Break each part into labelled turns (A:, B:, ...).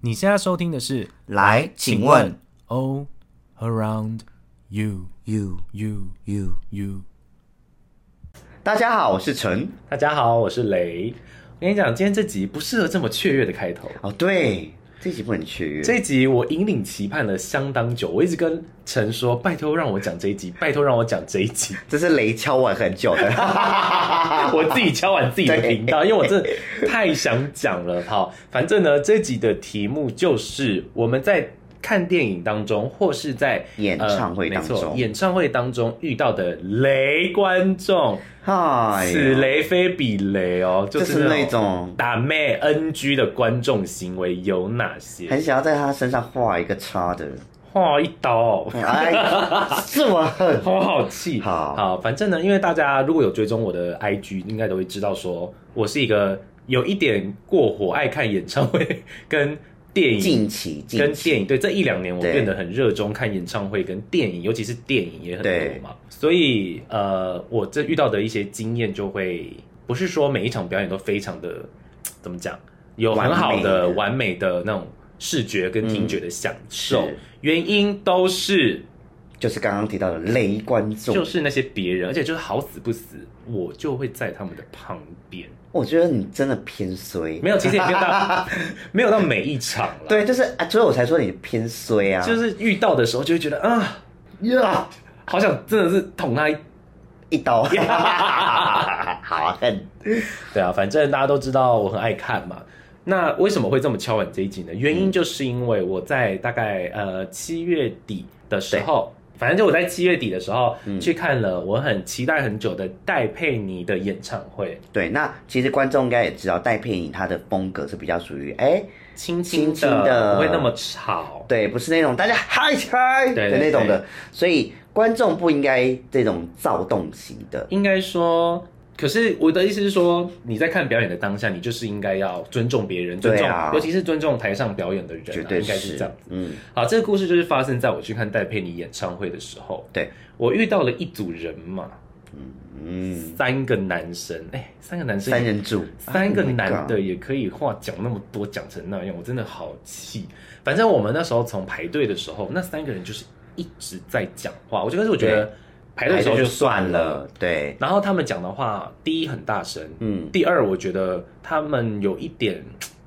A: 你现在收听的是，
B: 来，请问
A: All Around You
B: you
A: You
B: you，
A: You。
B: 大家好，我是陈。
C: 大家好，我是雷。我跟你讲，今天这集不适合这么雀跃的开头。
B: 哦，对，这集不能雀跃。
C: 这一集我引领期盼了相当久，我一直跟陈说，拜托让我讲这一集，拜托让我讲这一集。
B: 这是雷敲完很久 的，哎
C: 我自己敲完自己的频道，因为我真的太想讲了。好，反正呢，这集的题目就是我们在看电影当中，或是在呃
B: 演唱会当中
C: 没错演唱会当中遇到的雷观众，
B: 哎呀
C: 此雷非彼雷哦，就
B: 就是是
C: 那
B: 那种
C: 打妹 NG 的观众行为有哪些？
B: 很想要在他身上画一个叉的人。
C: 画一刀。
B: 哎， 这么狠！
C: 好好气，
B: 好
C: 反正呢，因为大家如果有追踪我的 IG，应该都会知道说我是一个有一点过火，爱看演唱会 跟电影，
B: 近期，
C: 跟
B: 近期，
C: 电影。对，这一两年我
B: 对
C: 变得很热衷看演唱会跟电影，尤其是电影也很
B: 对
C: 多嘛，所以呃，我这遇到的一些经验就会不是说每一场表演都非常的怎么讲，有很好的
B: 完美
C: 完美的那种视觉跟听觉的享受，
B: 是
C: 原因都是。
B: 就是刚刚提到的雷观众。
C: 就是那些别人，而且就是好死不死，我就会在他们的旁边。
B: 我觉得你真的偏衰
C: 没。有，其实也没有 到，没有到每一场了。，
B: 对，就是啊，所以我才说你偏衰啊。
C: 就是遇到的时候就会觉得啊，
B: 呀，
C: 好想真的是捅他一。
B: 一刀， 好狠！
C: 对啊，反正大家都知道我很爱看嘛。嗯那为什么会这么敲碗这一集呢？原因就是因为我在大概呃七月底的时候，反正就我在七月底的时候、去看了我很期待很久的戴佩妮的演唱会，
B: 对，那其实观众应该也知道，戴佩妮她的风格是比较属于哎，
C: 轻轻
B: 轻轻的
C: 不会那么吵。
B: 对，不是那种大家嗨起来
C: 对
B: 的
C: 对
B: 那种的
C: 对，
B: 所以观众不应该这种躁动型的。
C: 应该说，可是我的意思是说，你在看表演的当下，你就是应该要尊重别人，尊
B: 对
C: 重，
B: 啊
C: 尤其是尊重台上表演的人、啊，
B: 绝对
C: 应该是
B: 是
C: 这样子。
B: 嗯，
C: 好，这个故事就是发生在我去看戴佩妮演唱会的时候，
B: 对，
C: 我遇到了一组人嘛，
B: 嗯，
C: 三个男生，哎、三个男生，
B: 三人组，
C: 三个
B: Oh my
C: 男的
B: God，
C: 也可以话讲那么多，讲成那样，我真的好气。反正我们那时候从排队的时候，那三个人就是一直在讲话，我就但是我觉得
B: 对
C: 排队的时候
B: 排队
C: 就
B: 就算
C: 算了。
B: 了，对，
C: 然后他们讲的话，第一很大声，
B: 嗯，
C: 第二我觉得他们有一点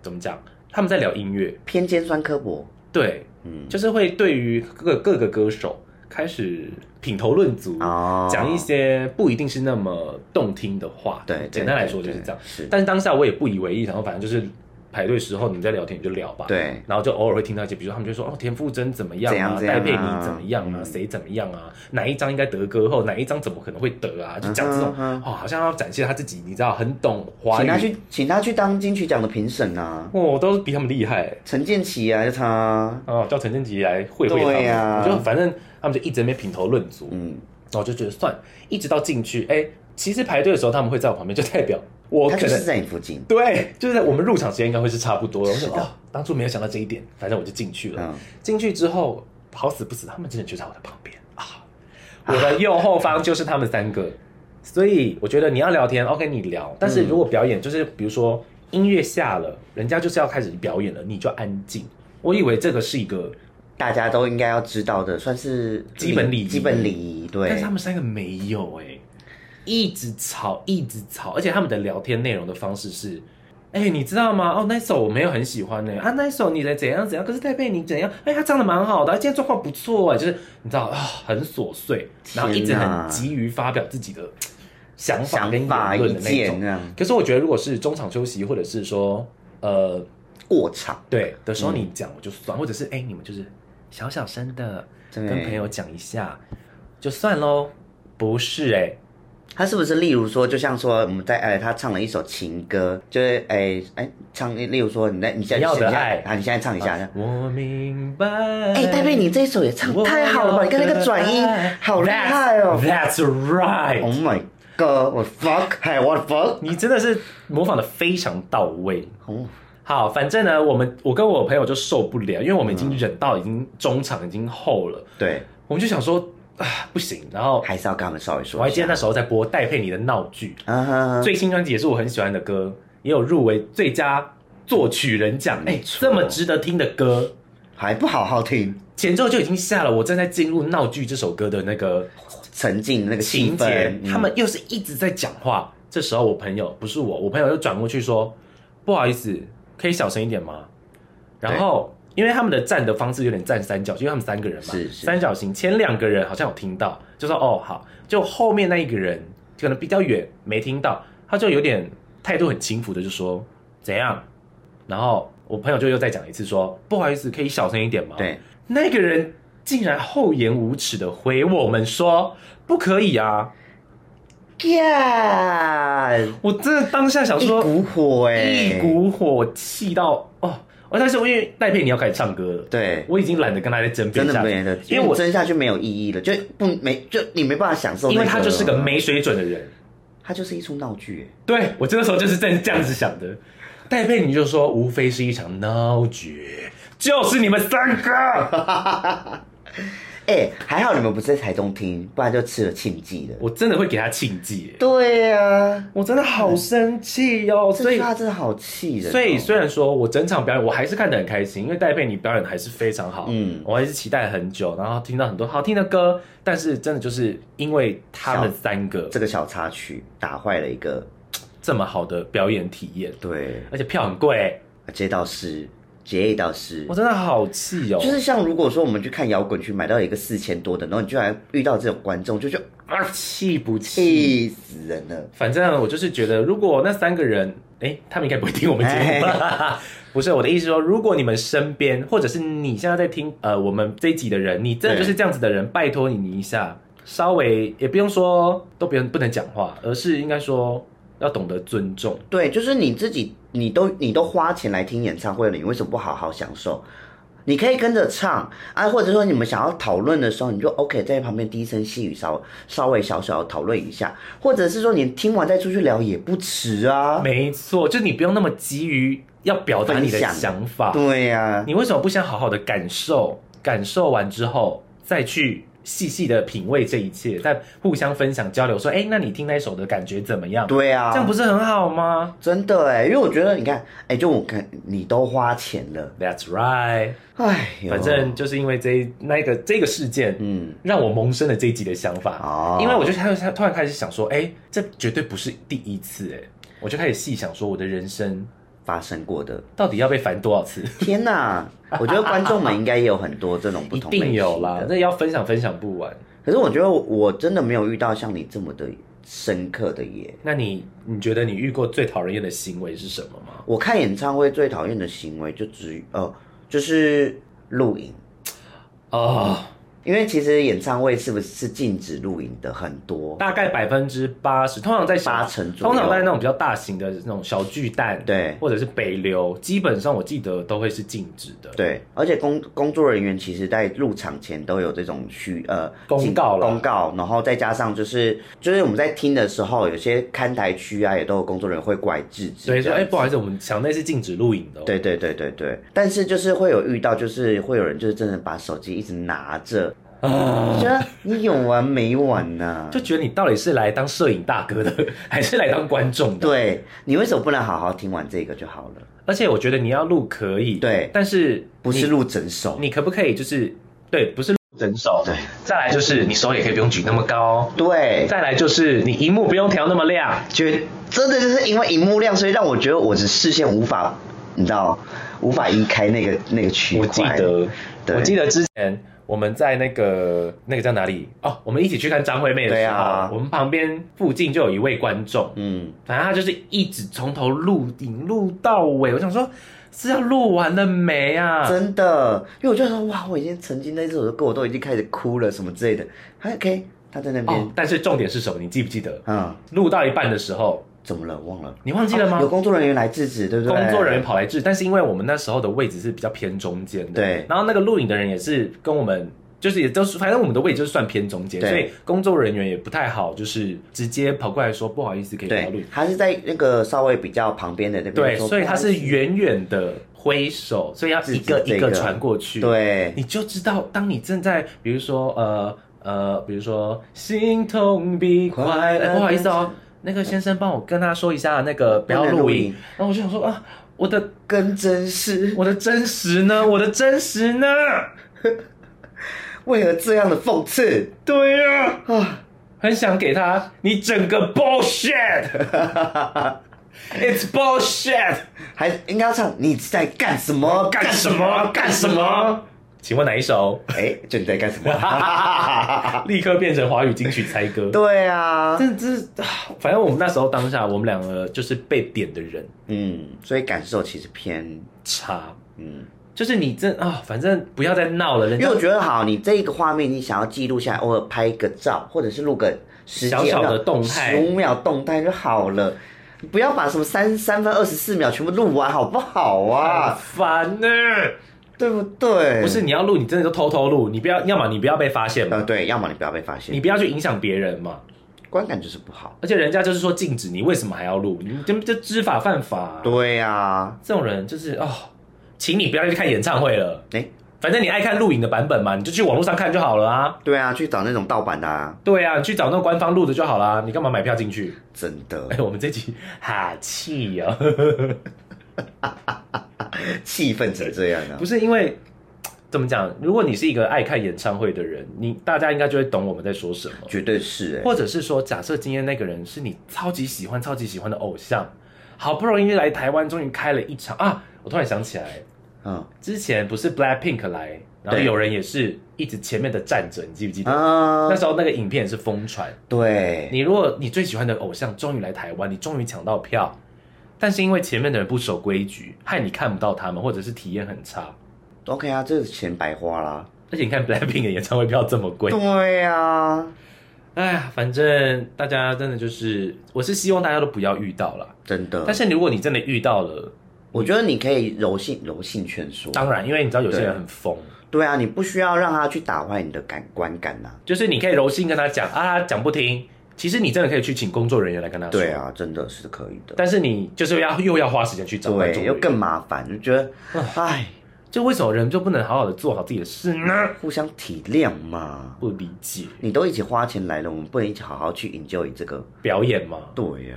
C: 怎么讲，他们在聊音乐，
B: 偏尖酸刻薄，
C: 对，
B: 嗯，
C: 就是会对于各个各个歌手开始品头论足，
B: 哦
C: 讲一些不一定是那么动听的话，
B: 对对
C: 简单来说
B: 对
C: 就是这样
B: 对。是
C: 但是当下我也不以为意，然后反正就是排队时候你们在聊天你就聊吧，
B: 对
C: 然后就偶尔会听到一些，比如说他们就说哦，田馥甄怎么样
B: 怎样
C: 啊，
B: 怎样啊
C: 戴佩妮怎么样啊，
B: 嗯
C: 谁怎么样啊，哪一张应该得歌后，哪一张怎么可能会得啊，就讲这种
B: 嗯哼嗯
C: 哦，好像要展现他自己，你知道很懂华
B: 请他
C: 语，
B: 去，请他去当金曲奖的评审啊，
C: 哇，我都比他们厉害。
B: 陈建奇啊，就他啊，
C: 哦，叫陈建奇来会会他
B: 对
C: 们，
B: 呀
C: 我就反正他们就一直在那边品头论足，
B: 嗯，
C: 然后我就觉得算，一直到进去，哎、其实排队的时候他们会在我旁边，就代表我
B: 他
C: 可
B: 就是
C: 能
B: 在你附近，
C: 对，就是在我们入场时间应该会是差不多的。我
B: 是的
C: 想哦，当初没有想到这一点，反正我就进去了。
B: 嗯
C: 进去之后，好死不死，他们真的就在我的旁边啊！我的右后方就是他们三个，所以我觉得你要聊天，OK，你聊。但
B: 嗯
C: 是如果表演，就是比如说音乐下了，人家就是要开始表演了，你就安静。我以为这个是一个，
B: 大家都应该要知道的，算是
C: 基本礼仪
B: 基本礼仪，对，
C: 但是他们三个没有哎、一直吵，一直吵，而且他们的聊天内容的方式是。哎、你知道吗？哦，那一首我没有很喜欢呢、啊，那一首你的怎样怎样，可是戴佩妮怎样？哎、她唱的蛮好的，今天状况不错哎、就是你知道啊、很琐碎，然后一直
B: 天哪
C: 很急于发表自己的想法
B: 想
C: 跟言
B: 法
C: 论
B: 意
C: 的那
B: 见
C: 种。
B: 那样
C: 可是我觉得，如果是中场休息，或者是说呃
B: 过场，
C: 对的时候
B: 嗯
C: 你讲我就算，或者是哎、你们就是小小声的
B: 对
C: 跟朋友讲一下就算喽，不是哎、
B: 他是不是例如说，就像说我们在哎，他唱了一首情歌，就是哎哎唱，例如说你在你现在
C: 要的
B: 你现在
C: 爱
B: 啊，你现在唱一下。哎、
C: 我明白。
B: 戴佩妮这一首也唱太好了吧？你看那个转音，好厉害哦
C: That's right，
B: ！Oh my god！我 fuck，哎，我 fuck！
C: 你真的是模仿的非常到位。
B: 哦，
C: 好，反正呢，我们我跟我朋友就受不了，因为我们已经忍到已经中场已经后了，
B: 对，
C: 我们就想说啊不行，然后
B: 还是要跟他们稍微
C: 我
B: 说
C: 还
B: 一
C: 记得
B: 下。
C: 那时候在播戴佩妮的闹剧，
B: 啊哈哈，
C: 最新专辑也是我很喜欢的歌，也有入围最佳作曲人奖，哎、
B: 没错
C: 这么值得听的歌，
B: 还不好好听，
C: 前奏就已经下了，我正在进入闹剧这首歌的那个
B: 沉浸那个气
C: 情节
B: 氛，，嗯
C: 他们又是一直在讲话。这时候我朋友不是我，我朋友又转过去说：“不好意思，可以小声一点吗？”然后因为他们的站的方式有点站三角，因为他们三个人嘛，
B: 是是
C: 三角形，前两个人好像有听到，就说：“哦，好。”就后面那一个人可能比较远没听到，他就有点态度很轻浮的就说：“怎样？”然后我朋友就又再讲一次说：“不好意思，可以小声一点吗？”
B: 嗯对，
C: 那个人竟然厚颜无耻的回我们说：“不可以啊
B: 呀，！”
C: 我真的当下想
B: 一
C: 说，
B: 股火哎，
C: 一股火气到哦！哦，但是我因为戴佩妮要开始唱歌了，
B: 对
C: 我已经懒得跟他再争辩
B: 真
C: 下
B: 的
C: 去，
B: 没得，
C: 因为我
B: 争下去没有意义了，就不没就你没办法享受那，
C: 因为他就是个没水准的人。
B: 他就是一出闹剧
C: 对我这个时候就是正这样子想的。戴佩妮就说：“无非是一场闹剧，就是你们三个。
B: 哎，哎，还好你们不是在台中听，不然就吃了庆忌了”。
C: 我真的会给他庆忌，欸
B: 对呀，
C: 我真的好生气哦！
B: 这
C: 所以
B: 句话真的好气人哦。
C: 所以虽然说我整场表演我还是看得很开心，因为戴佩妮表演还是非常好，嗯
B: 嗯，
C: 我还是期待很久，然后听到很多好听的歌，但是真的就是因为他们三个
B: 这个小插曲打坏了一个
C: 这么好的表演体验，
B: 对
C: 而且票很贵，
B: 街道师，街道师
C: 我。真的好气哦，
B: 就是像如果说我们去看摇滚区买到一个四千多的，然后你居然遇到这种观众，就就
C: 啊气不气？
B: 气死人了。
C: 反正我就是觉得，如果那三个人，哎、他们应该不会听我们节目
B: 哎
C: 吧？ 不是我的意思说，如果你们身边或者是你现在在听呃我们这一集的人，你真的就是这样子的人，拜托你你一下，稍微也不用说都不用不能讲话，而是应该说要懂得尊重。
B: 对，就是你自己，你都你都花钱来听演唱会了，你为什么不好好享受？你可以跟着唱啊，或者说你们想要讨论的时候，你就 OK 在旁边低声细语稍稍微小小的讨论一下，或者是说你听完再出去聊也不迟啊。
C: 没错，就是你不用那么急于要表达你的
B: 分享
C: 想法，
B: 对呀、
C: 你为什么不先好好的感受？感受完之后再去细细的品味这一切，再互相分享交流，说，哎、那你听那首的感觉怎么样？
B: 对呀、
C: 这样不是很好吗
B: 真的哎，因为我觉得你看，哎，就我看你都花钱了，
C: ？That's right。
B: 哎呦，
C: 反正就是因为这一那个这个事件，嗯
B: 嗯，
C: 让我萌生了这一集的想法。
B: 哦
C: 因为我就开始突然开始想说，哎、这绝对不是第一次，哎，我就开始细想说，我的人生
B: 发生过的，
C: 到底要被烦多少次？
B: 天哪！我觉得观众们应该也有很多这种 不
C: 一
B: 同类型
C: 定
B: 的，
C: 有啦，那要分享分享不完。
B: 可是我觉得我真的没有遇到像你这么的深刻的耶。
C: 那你你觉得你遇过最讨人厌的行为是什么吗？
B: 我看演唱会最讨厌的行为就只呃就是录影，
C: 哦，
B: 因为其实演唱会是不是是禁止录影的很多？
C: 大概百分之八十，通常在小
B: 八成左右
C: 通常在那种比较大型的那种小巨蛋，
B: 对
C: 或者是北流，基本上我记得都会是禁止的。，
B: 对，而且工工作人员其实在入场前都有这种需呃
C: 公
B: 警
C: 告啦
B: 公告，然后再加上就是就是我们在听的时候，有些看台区啊也都有工作人员会过来制止，
C: 所以说，哎、
B: 这样子
C: 不好意思，我们墙内是禁止录影的、哦。
B: 对，对对对对，但是就是会有遇到，就是会有人就是真的把手机一直拿着，
C: 啊
B: 我觉得你有完没 完呐、
C: 就觉得你到底是来当摄影大哥的， 还是来当观众的？
B: 对你为什么不能好好听完这个就好了？
C: 而且我觉得你要录可以，
B: 对
C: 但是
B: 不是录整首？
C: 你可不可以就是对，不是录整首，对。再来就是你手也可以不用举那么高，
B: 对，
C: 再来就是你荧幕不用调那么亮，
B: 觉真的就是因为荧幕亮，所以让我觉得我的视线无法，你知道，无法移开那个那个区
C: 我
B: 块。
C: 记得，
B: 对
C: 我记得之前我们在那个那个叫哪里哦，我们一起去看张惠妹的
B: 对
C: 时候，
B: 啊
C: 我们旁边附近就有一位观众，
B: 嗯，
C: 反正他就是一直从头录影录到尾，我想说是要录完了没啊？
B: 真的，因为我就说哇，我已经曾经那首歌我都已经开始哭了什么之类的，还 OK，他在那边，
C: 哦，但是重点是什么？你记不记得？
B: 嗯，
C: 录到一半的时候，
B: 怎么了？忘了。
C: 你忘记了吗？
B: 有工作人员来制止，对不对？
C: 工作人员跑来治，但是因为我们那时候的位置是比较偏中间的，
B: 对
C: 然后那个录影的人也是跟我们。就是也都是，反正我们的位置就是算偏中间，
B: 对
C: 所以工作人员也不太好，就是直接跑过来说不好意思，可以不要录
B: 对
C: 影。，
B: 他是在那个稍微比较旁边的那边
C: 对，
B: 说
C: 所以他是
B: 不好意
C: 远远的挥手，所以要一个
B: 制止这
C: 一个
B: 个
C: 传过去。
B: 思，对
C: 你就知道，当你正在比如说呃呃，比如说心痛比快哎
B: 快乐
C: 乐，不好意思哦，那个先生帮我跟他说一下，那个不要
B: 不能
C: 录
B: 录
C: 影
B: 影。
C: 然后我就想说啊，我的
B: 跟真是
C: 我的真实呢？我的真实呢？
B: 为何这样的讽刺
C: 对呀、
B: 啊？
C: 很想给他你整个 bullshit，it's bullshit，
B: 还应该要唱你在干什么？
C: 干什么？干什么？请问哪一首？
B: 哎，就你在干什 么？
C: 立刻变成华语金曲猜歌。
B: 对啊，
C: 但这是啊反正我们那时候当下，我们两个就是被点的人
B: 嗯，所以感受其实偏，
C: 差，
B: 嗯，
C: 就是你这啊、反正不要再闹了，人
B: 因为
C: 家
B: 我觉得好，你这一个画面你想要记录下来，偶尔拍个照，或者是录个十
C: 小小的动态
B: 十五秒动态就好了。你不要把什么三三分二十四秒全部录完，好不好
C: 啊
B: 啊？
C: 烦呢、
B: 对不对？
C: 不是，你要录，你真的就偷偷录，你不要，要么你不要被发现嘛，
B: 呃，对，要么你不要被发
C: 你
B: 现，
C: 不要去影响别人嘛。
B: 观感就是不好。
C: 而且人家就是说禁止，你为什么还要录？你这这知法犯法啊、
B: 对啊，
C: 这种人就是哦，请你不要再去看演唱会了，
B: 哎、
C: 反正你爱看录影的版本嘛，你就去网络上看就好了啊。
B: 对啊，去找那种盗版的、啊，
C: 对啊，你去找那种官方录的就好啦，你干嘛买票进去？
B: 真的
C: 哎、我们这集哈气哦，
B: 气愤成这样啊
C: 不！是因为怎么讲？如果你是一个爱看演唱会的人，你大家应该就会懂我们在说什么。
B: 绝对是哎、
C: 或者是说，假设今天那个人是你超级喜欢、超级喜欢的偶像，好不容易来台湾，终于开了一场啊！我突然想起来，
B: 嗯
C: 之前不是 Black Pink 来，然后
B: 对
C: 有人也是一直前面的站着，你记不记得？
B: 啊
C: 那，时候那个影片也是疯传。
B: 对，
C: 你如果你最喜欢的偶像终于来台湾，你终于抢到票，但是因为前面的人不守规矩，害你看不到他们，或者是体验很差。
B: OK 啊，这个钱白花啦。
C: 而且你看 Blackpink 的演唱会票这么贵，
B: 对啊，
C: 哎呀，反正大家真的就是，我是希望大家都不要遇到了。
B: 真的。
C: 但是如果你真的遇到了，
B: 我觉得你可以柔性柔性劝说。
C: 当然，因为你知道有些人很疯，
B: 对啊，你不需要让他去打坏你的感观感啊呐、
C: 就是你可以柔性跟他讲啊，他讲不听。其实你真的可以去请工作人员来跟他说，
B: 对。啊，真的是可以的。
C: 但是你就是要又要花时间去找观众
B: 对，
C: 人
B: 又
C: 员
B: 更麻烦，就觉得，唉，
C: 就为什么人就不能好好的做好自己的事呢？
B: 互相体谅嘛。
C: 不理解
B: 你都一起花钱来了，我们不能一起好好去 enjoy 这个？
C: 表演嘛，
B: 对呀、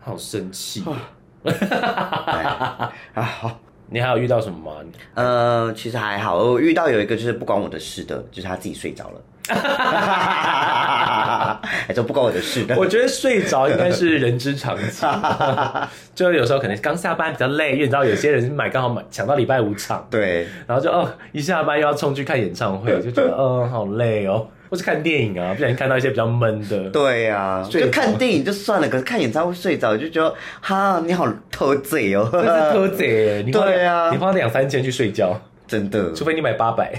C: 好生气。
B: 啊，好，
C: 你还有遇到什么 吗？
B: 呃，其实还好，我遇到有一个就是不关我的事的，就是他自己睡着了， 还说不关我的事的，
C: 我觉得睡着应该是人之常 情，就有时候可能刚下班比较累，因为你知道有些人买刚好买抢到礼拜五场，
B: 对，
C: 然后就哦一下班又要冲去看演唱 会，就觉得嗯好累哦，或是看电影啊，不小心看到一些比较闷 的，
B: 对呀、
C: 着
B: 就看电影就算了，可是看演唱会睡着，就觉得哈，你好偷嘴哦，
C: 这是偷贼，你花
B: 对啊
C: 你花两三千去睡觉，
B: 真的。
C: 除非你买八百。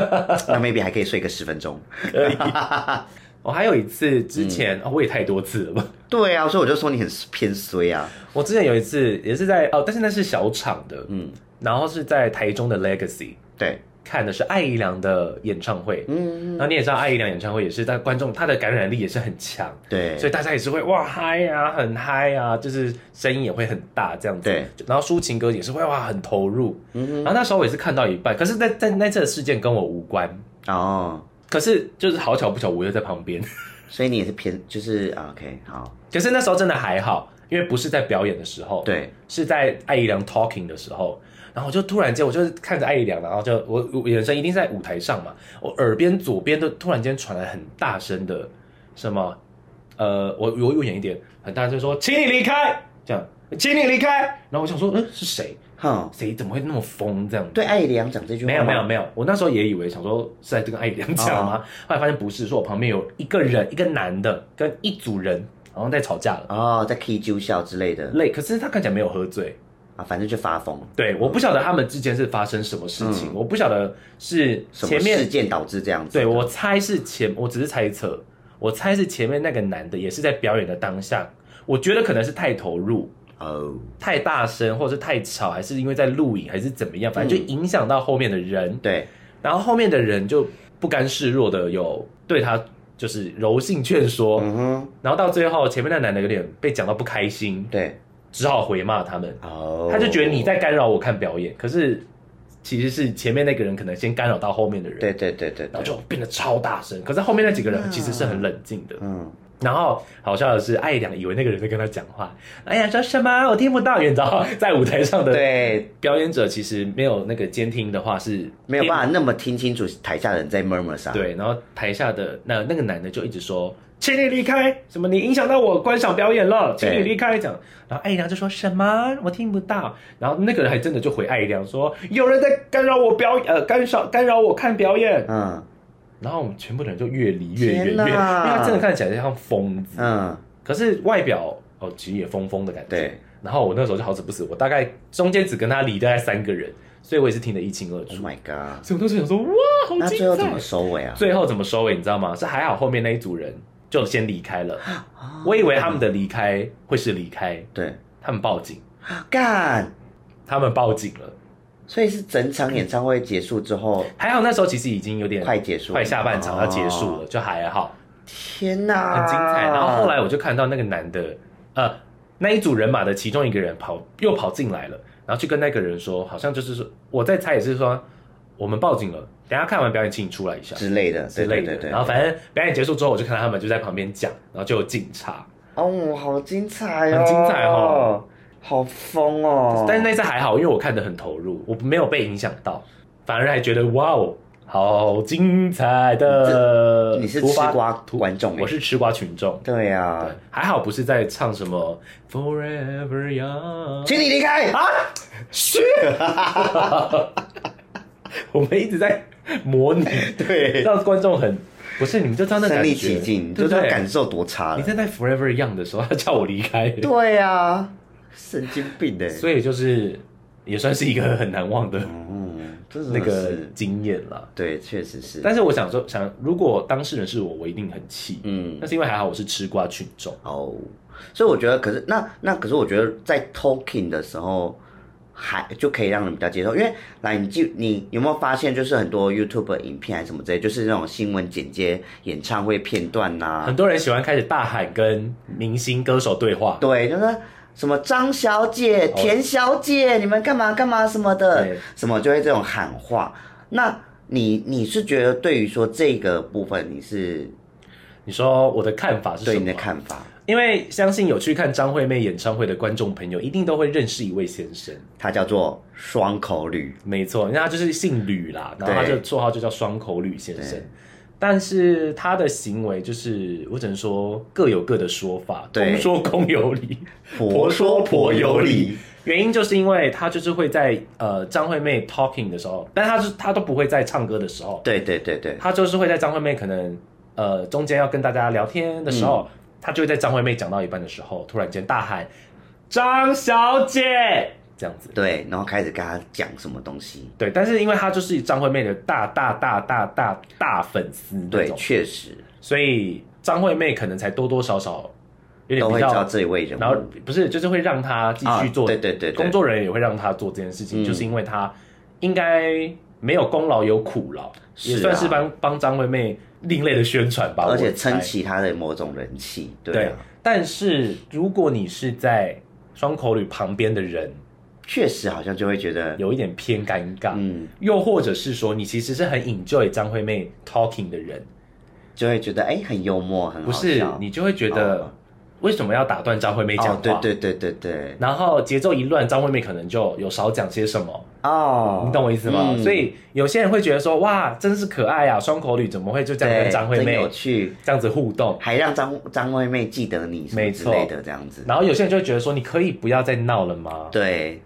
B: 那 maybe 还可以睡个十分钟。
C: 我、哦还有一次之前、哦，我也太多次了吧。
B: 对啊，所以我就说你很偏衰啊。
C: 我之前有一次也是在哦，但是那是小场的，嗯，然后是在台中的 Legacy
B: 对，
C: 看的是艾怡良的演唱会，嗯，然后你也知道艾怡良演唱会也是，但观众他的感染力也是很强，
B: 对
C: 所以大家也是会哇嗨啊，很嗨啊，就是声音也会很大这样子，
B: 对，
C: 然后抒情歌也是会哇很投入，嗯，然后那时候我也是看到一半，可是在在那次的事件跟我无关，
B: 哦，
C: 可是就是好巧不巧我又在旁边，
B: 所以你也是偏，就是啊 OK 好，
C: 可是那时候真的还好，因为不是在表演的时候，。
B: 对，
C: 是在艾怡良 talking 的时候，然后我就突然间，我就是看着艾怡良，然后就我我眼神一定在舞台上嘛，我耳边左边都突然间传来很大声的什么，呃，我我右眼一点，很大声说，请你离开，这样，请你离开。然后我想说，嗯，是谁？
B: 哼，
C: 谁怎么会那么疯这样？
B: 对哦艾良讲这句话
C: 没有没有
B: 有，
C: 没有，我那时候也以为想说是在跟艾怡良讲吗？后来发现不是，是我旁边有一个人，一个男的跟一组人好像在吵架了，
B: 哦，在 K 揪笑之类的
C: 累，可是他看起来没有喝醉。
B: 啊，反正就发疯。
C: 对，我不晓得他们之间是发生什么事情，我不晓得是
B: 嗯什么
C: 前
B: 事
C: 面，
B: 件导致这样子？
C: 对我猜是前，我只是猜测，我猜是前面那个男的也是在表演的当下，我觉得可能是太投入、
B: 哦，
C: 太大声，或者是太吵，还是因为在录影，还是怎么
B: 嗯
C: 样，反正就影响到后面的人，
B: 对，
C: 然后后面的人就不甘示弱的有对他就是柔性劝说，
B: 嗯哼，
C: 然后到最后前面那男的有点被讲到不开心，
B: 对，
C: 只好回骂他们。
B: 哦，
C: 他就觉得你，在干扰我看表演，可是其实是前面那个人可能先干扰到后面的人，
B: 对对对对
C: 然后
B: 对，
C: 就变得超大声。可是后面那几个人其实是很冷静的，
B: 嗯，
C: 然后好笑的是，艾良以为那个人在跟他讲话，艾良说什么我听不到，因为你知道 在舞台上的
B: 对，
C: 表演者其实没有那个监听的话是
B: 没有办
C: 法。
B: 法那么听清楚台下人在 murmur 啥。，
C: 对，然后台下的那那个男的就一直说，请你离开，什么你影响到我观赏表演了，请
B: 对
C: 你离开这样。然后艾良就说什么我听不到，然后那个人还真的就回艾良说，有人在干扰我表演，呃，干扰干扰我看表演。
B: 嗯
C: 然后我们全部的人就越离越远，越
B: 天
C: 因为
B: 哪
C: 他真的看起来像疯子，
B: 嗯，
C: 可是外表哦其实也疯疯的感觉。
B: 对，
C: 然后我那时候就好死不死，我大概中间只跟他离大概三个人，所以我也是听得一清二
B: Oh
C: 楚。
B: my god！
C: 所以我那时候想说，哇，好
B: 那
C: 精
B: 最后
C: 彩
B: 怎么收尾啊？
C: 最后怎么收尾，你知道吗？是还好后面那一组人就先离开了。我以为他们的离开会是离开，
B: 哦对，
C: 他们报警，
B: 干，
C: 他们报警了。
B: 所以是整场演唱会结束之后
C: 还好那时候其实已经有点
B: 快结束，哦
C: 快下半场要结束了，。就还好，
B: 天哪，
C: 很精
B: 啊
C: 彩。然后后来我就看到那个男的，呃，那一组人马的其中一个人跑又跑进来了，然后去跟那个人说，好像就是说我在猜也是说我们报警了，等一下看完表演请你出来一下
B: 之类的，
C: 之
B: 对
C: 类的。
B: 对对对。
C: 然后反正表演结束之后，我就看到他们就在旁边讲，然后就有警察。
B: 哦，好精彩哦，
C: 很精彩哦，
B: 好疯哦！
C: 但是那次还好，因为我看得很投入，我没有被影响到，反而还觉得哇哦，好精彩的！
B: 你是
C: 突
B: 吃
C: 发，
B: 瓜观众欸，
C: 我是吃瓜群众。
B: 对啊
C: 对，，还好不是在唱什么 Forever Young
B: 请你离开
C: 啊，是，我们一直在模 拟，
B: 对
C: 让观众很不是，你们就知道那
B: 身
C: 感
B: 临
C: 觉，
B: 其境，
C: 对
B: 就
C: 不
B: 知道
C: 对？
B: 感受多差
C: 你
B: 了。
C: 正在 Forever Young 的时候，他叫我离开，
B: 对啊，神经病的，
C: 所以就是也算是一个很难忘的。
B: 嗯，这真
C: 那
B: 的
C: 个
B: 是
C: 经验啦。
B: 对，确实是，
C: 但是我想说，想如果当事人是我，我一定很气。
B: 嗯
C: 但是因为还好我是吃瓜群众，
B: 哦，所以我觉得，可是那那可是我觉得在 talking 的时候。还就可以让人比较接受，因为来你记你有没有发现，就是很多 YouTube 影片还是什么之类，就是那种新闻简介、演唱会片段啊呐、
C: 很多人喜欢开始大喊跟明星歌手对话。
B: 对，就是什么张小姐、田小姐，你们干嘛干嘛什么的
C: 对，
B: 什么就会这种喊话。那你你是觉得对于说这个部分，你是
C: 你说我的看法是什
B: 对
C: 么？
B: 你的看法？
C: 因为相信有去看张惠妹演唱会的观众朋友，一定都会认识一位先生。
B: 它叫做双口语，
C: 没错，因为他就是姓吕啦，然后他
B: 对
C: 就绰号就叫双口吕先生。但是他的行为就是，我只能说各有各的说法，
B: 对
C: 公说公有理，
B: 婆说婆有理。
C: 原因就是因为他就是会在呃张惠妹 talking 的时候，但他就是他都不会在唱歌的时候，
B: 对对对对，
C: 他就是会在张惠妹可能呃中间要跟大家聊天的时候，
B: 嗯
C: 他就会在张惠妹讲到一半的时候，突然间大喊张小姐这样子。
B: 对，然后开始跟他讲什么东西。
C: 对，但是因为他就是张惠妹的大大大大大大粉丝那
B: 对，
C: 种，
B: 确实
C: 所以张惠妹可能才多多少少有点
B: 都
C: 比
B: 会知道
C: 较，
B: 这一位人
C: 然后
B: 物。
C: 不是就是会让他继续做，
B: 啊对对对对
C: 工作人员也会让他做这件事情，
B: 嗯
C: 就是因为他应该没有功劳有苦劳，
B: 是啊
C: 也算是帮帮张惠妹另类的宣传吧，
B: 而
C: 我
B: 且
C: 猜
B: 撑起他的某种人气，对
C: 对
B: 啊，。
C: 但是如果你是在双口吕旁边的人，
B: 确实好像就会觉得，
C: 有一点偏尴尬，
B: 嗯，
C: 又或者是说，你其实是很 enjoy 张惠妹 talking 的人，
B: 就会觉得哎、很幽默，很好
C: 不是
B: 笑
C: 你就会觉得
B: 哦
C: 为什么要打断张惠妹讲
B: 哦
C: 话？，
B: 对对对对对，
C: 然后节奏一乱，张惠妹可能就有少讲些什么，
B: 哦，
C: 你懂我意思吗？
B: 嗯
C: 所以有些人会觉得说，哇，真是可爱啊，双口女怎么会就这样
B: 对，
C: 跟张惠
B: 真
C: 妹
B: 有趣，
C: 这样子互动？
B: 还让张张惠妹记得你什么
C: 没
B: 之
C: 错
B: 类的这样子，
C: 然后有些人就会觉得说，你可以不要再闹了吗？
B: 对，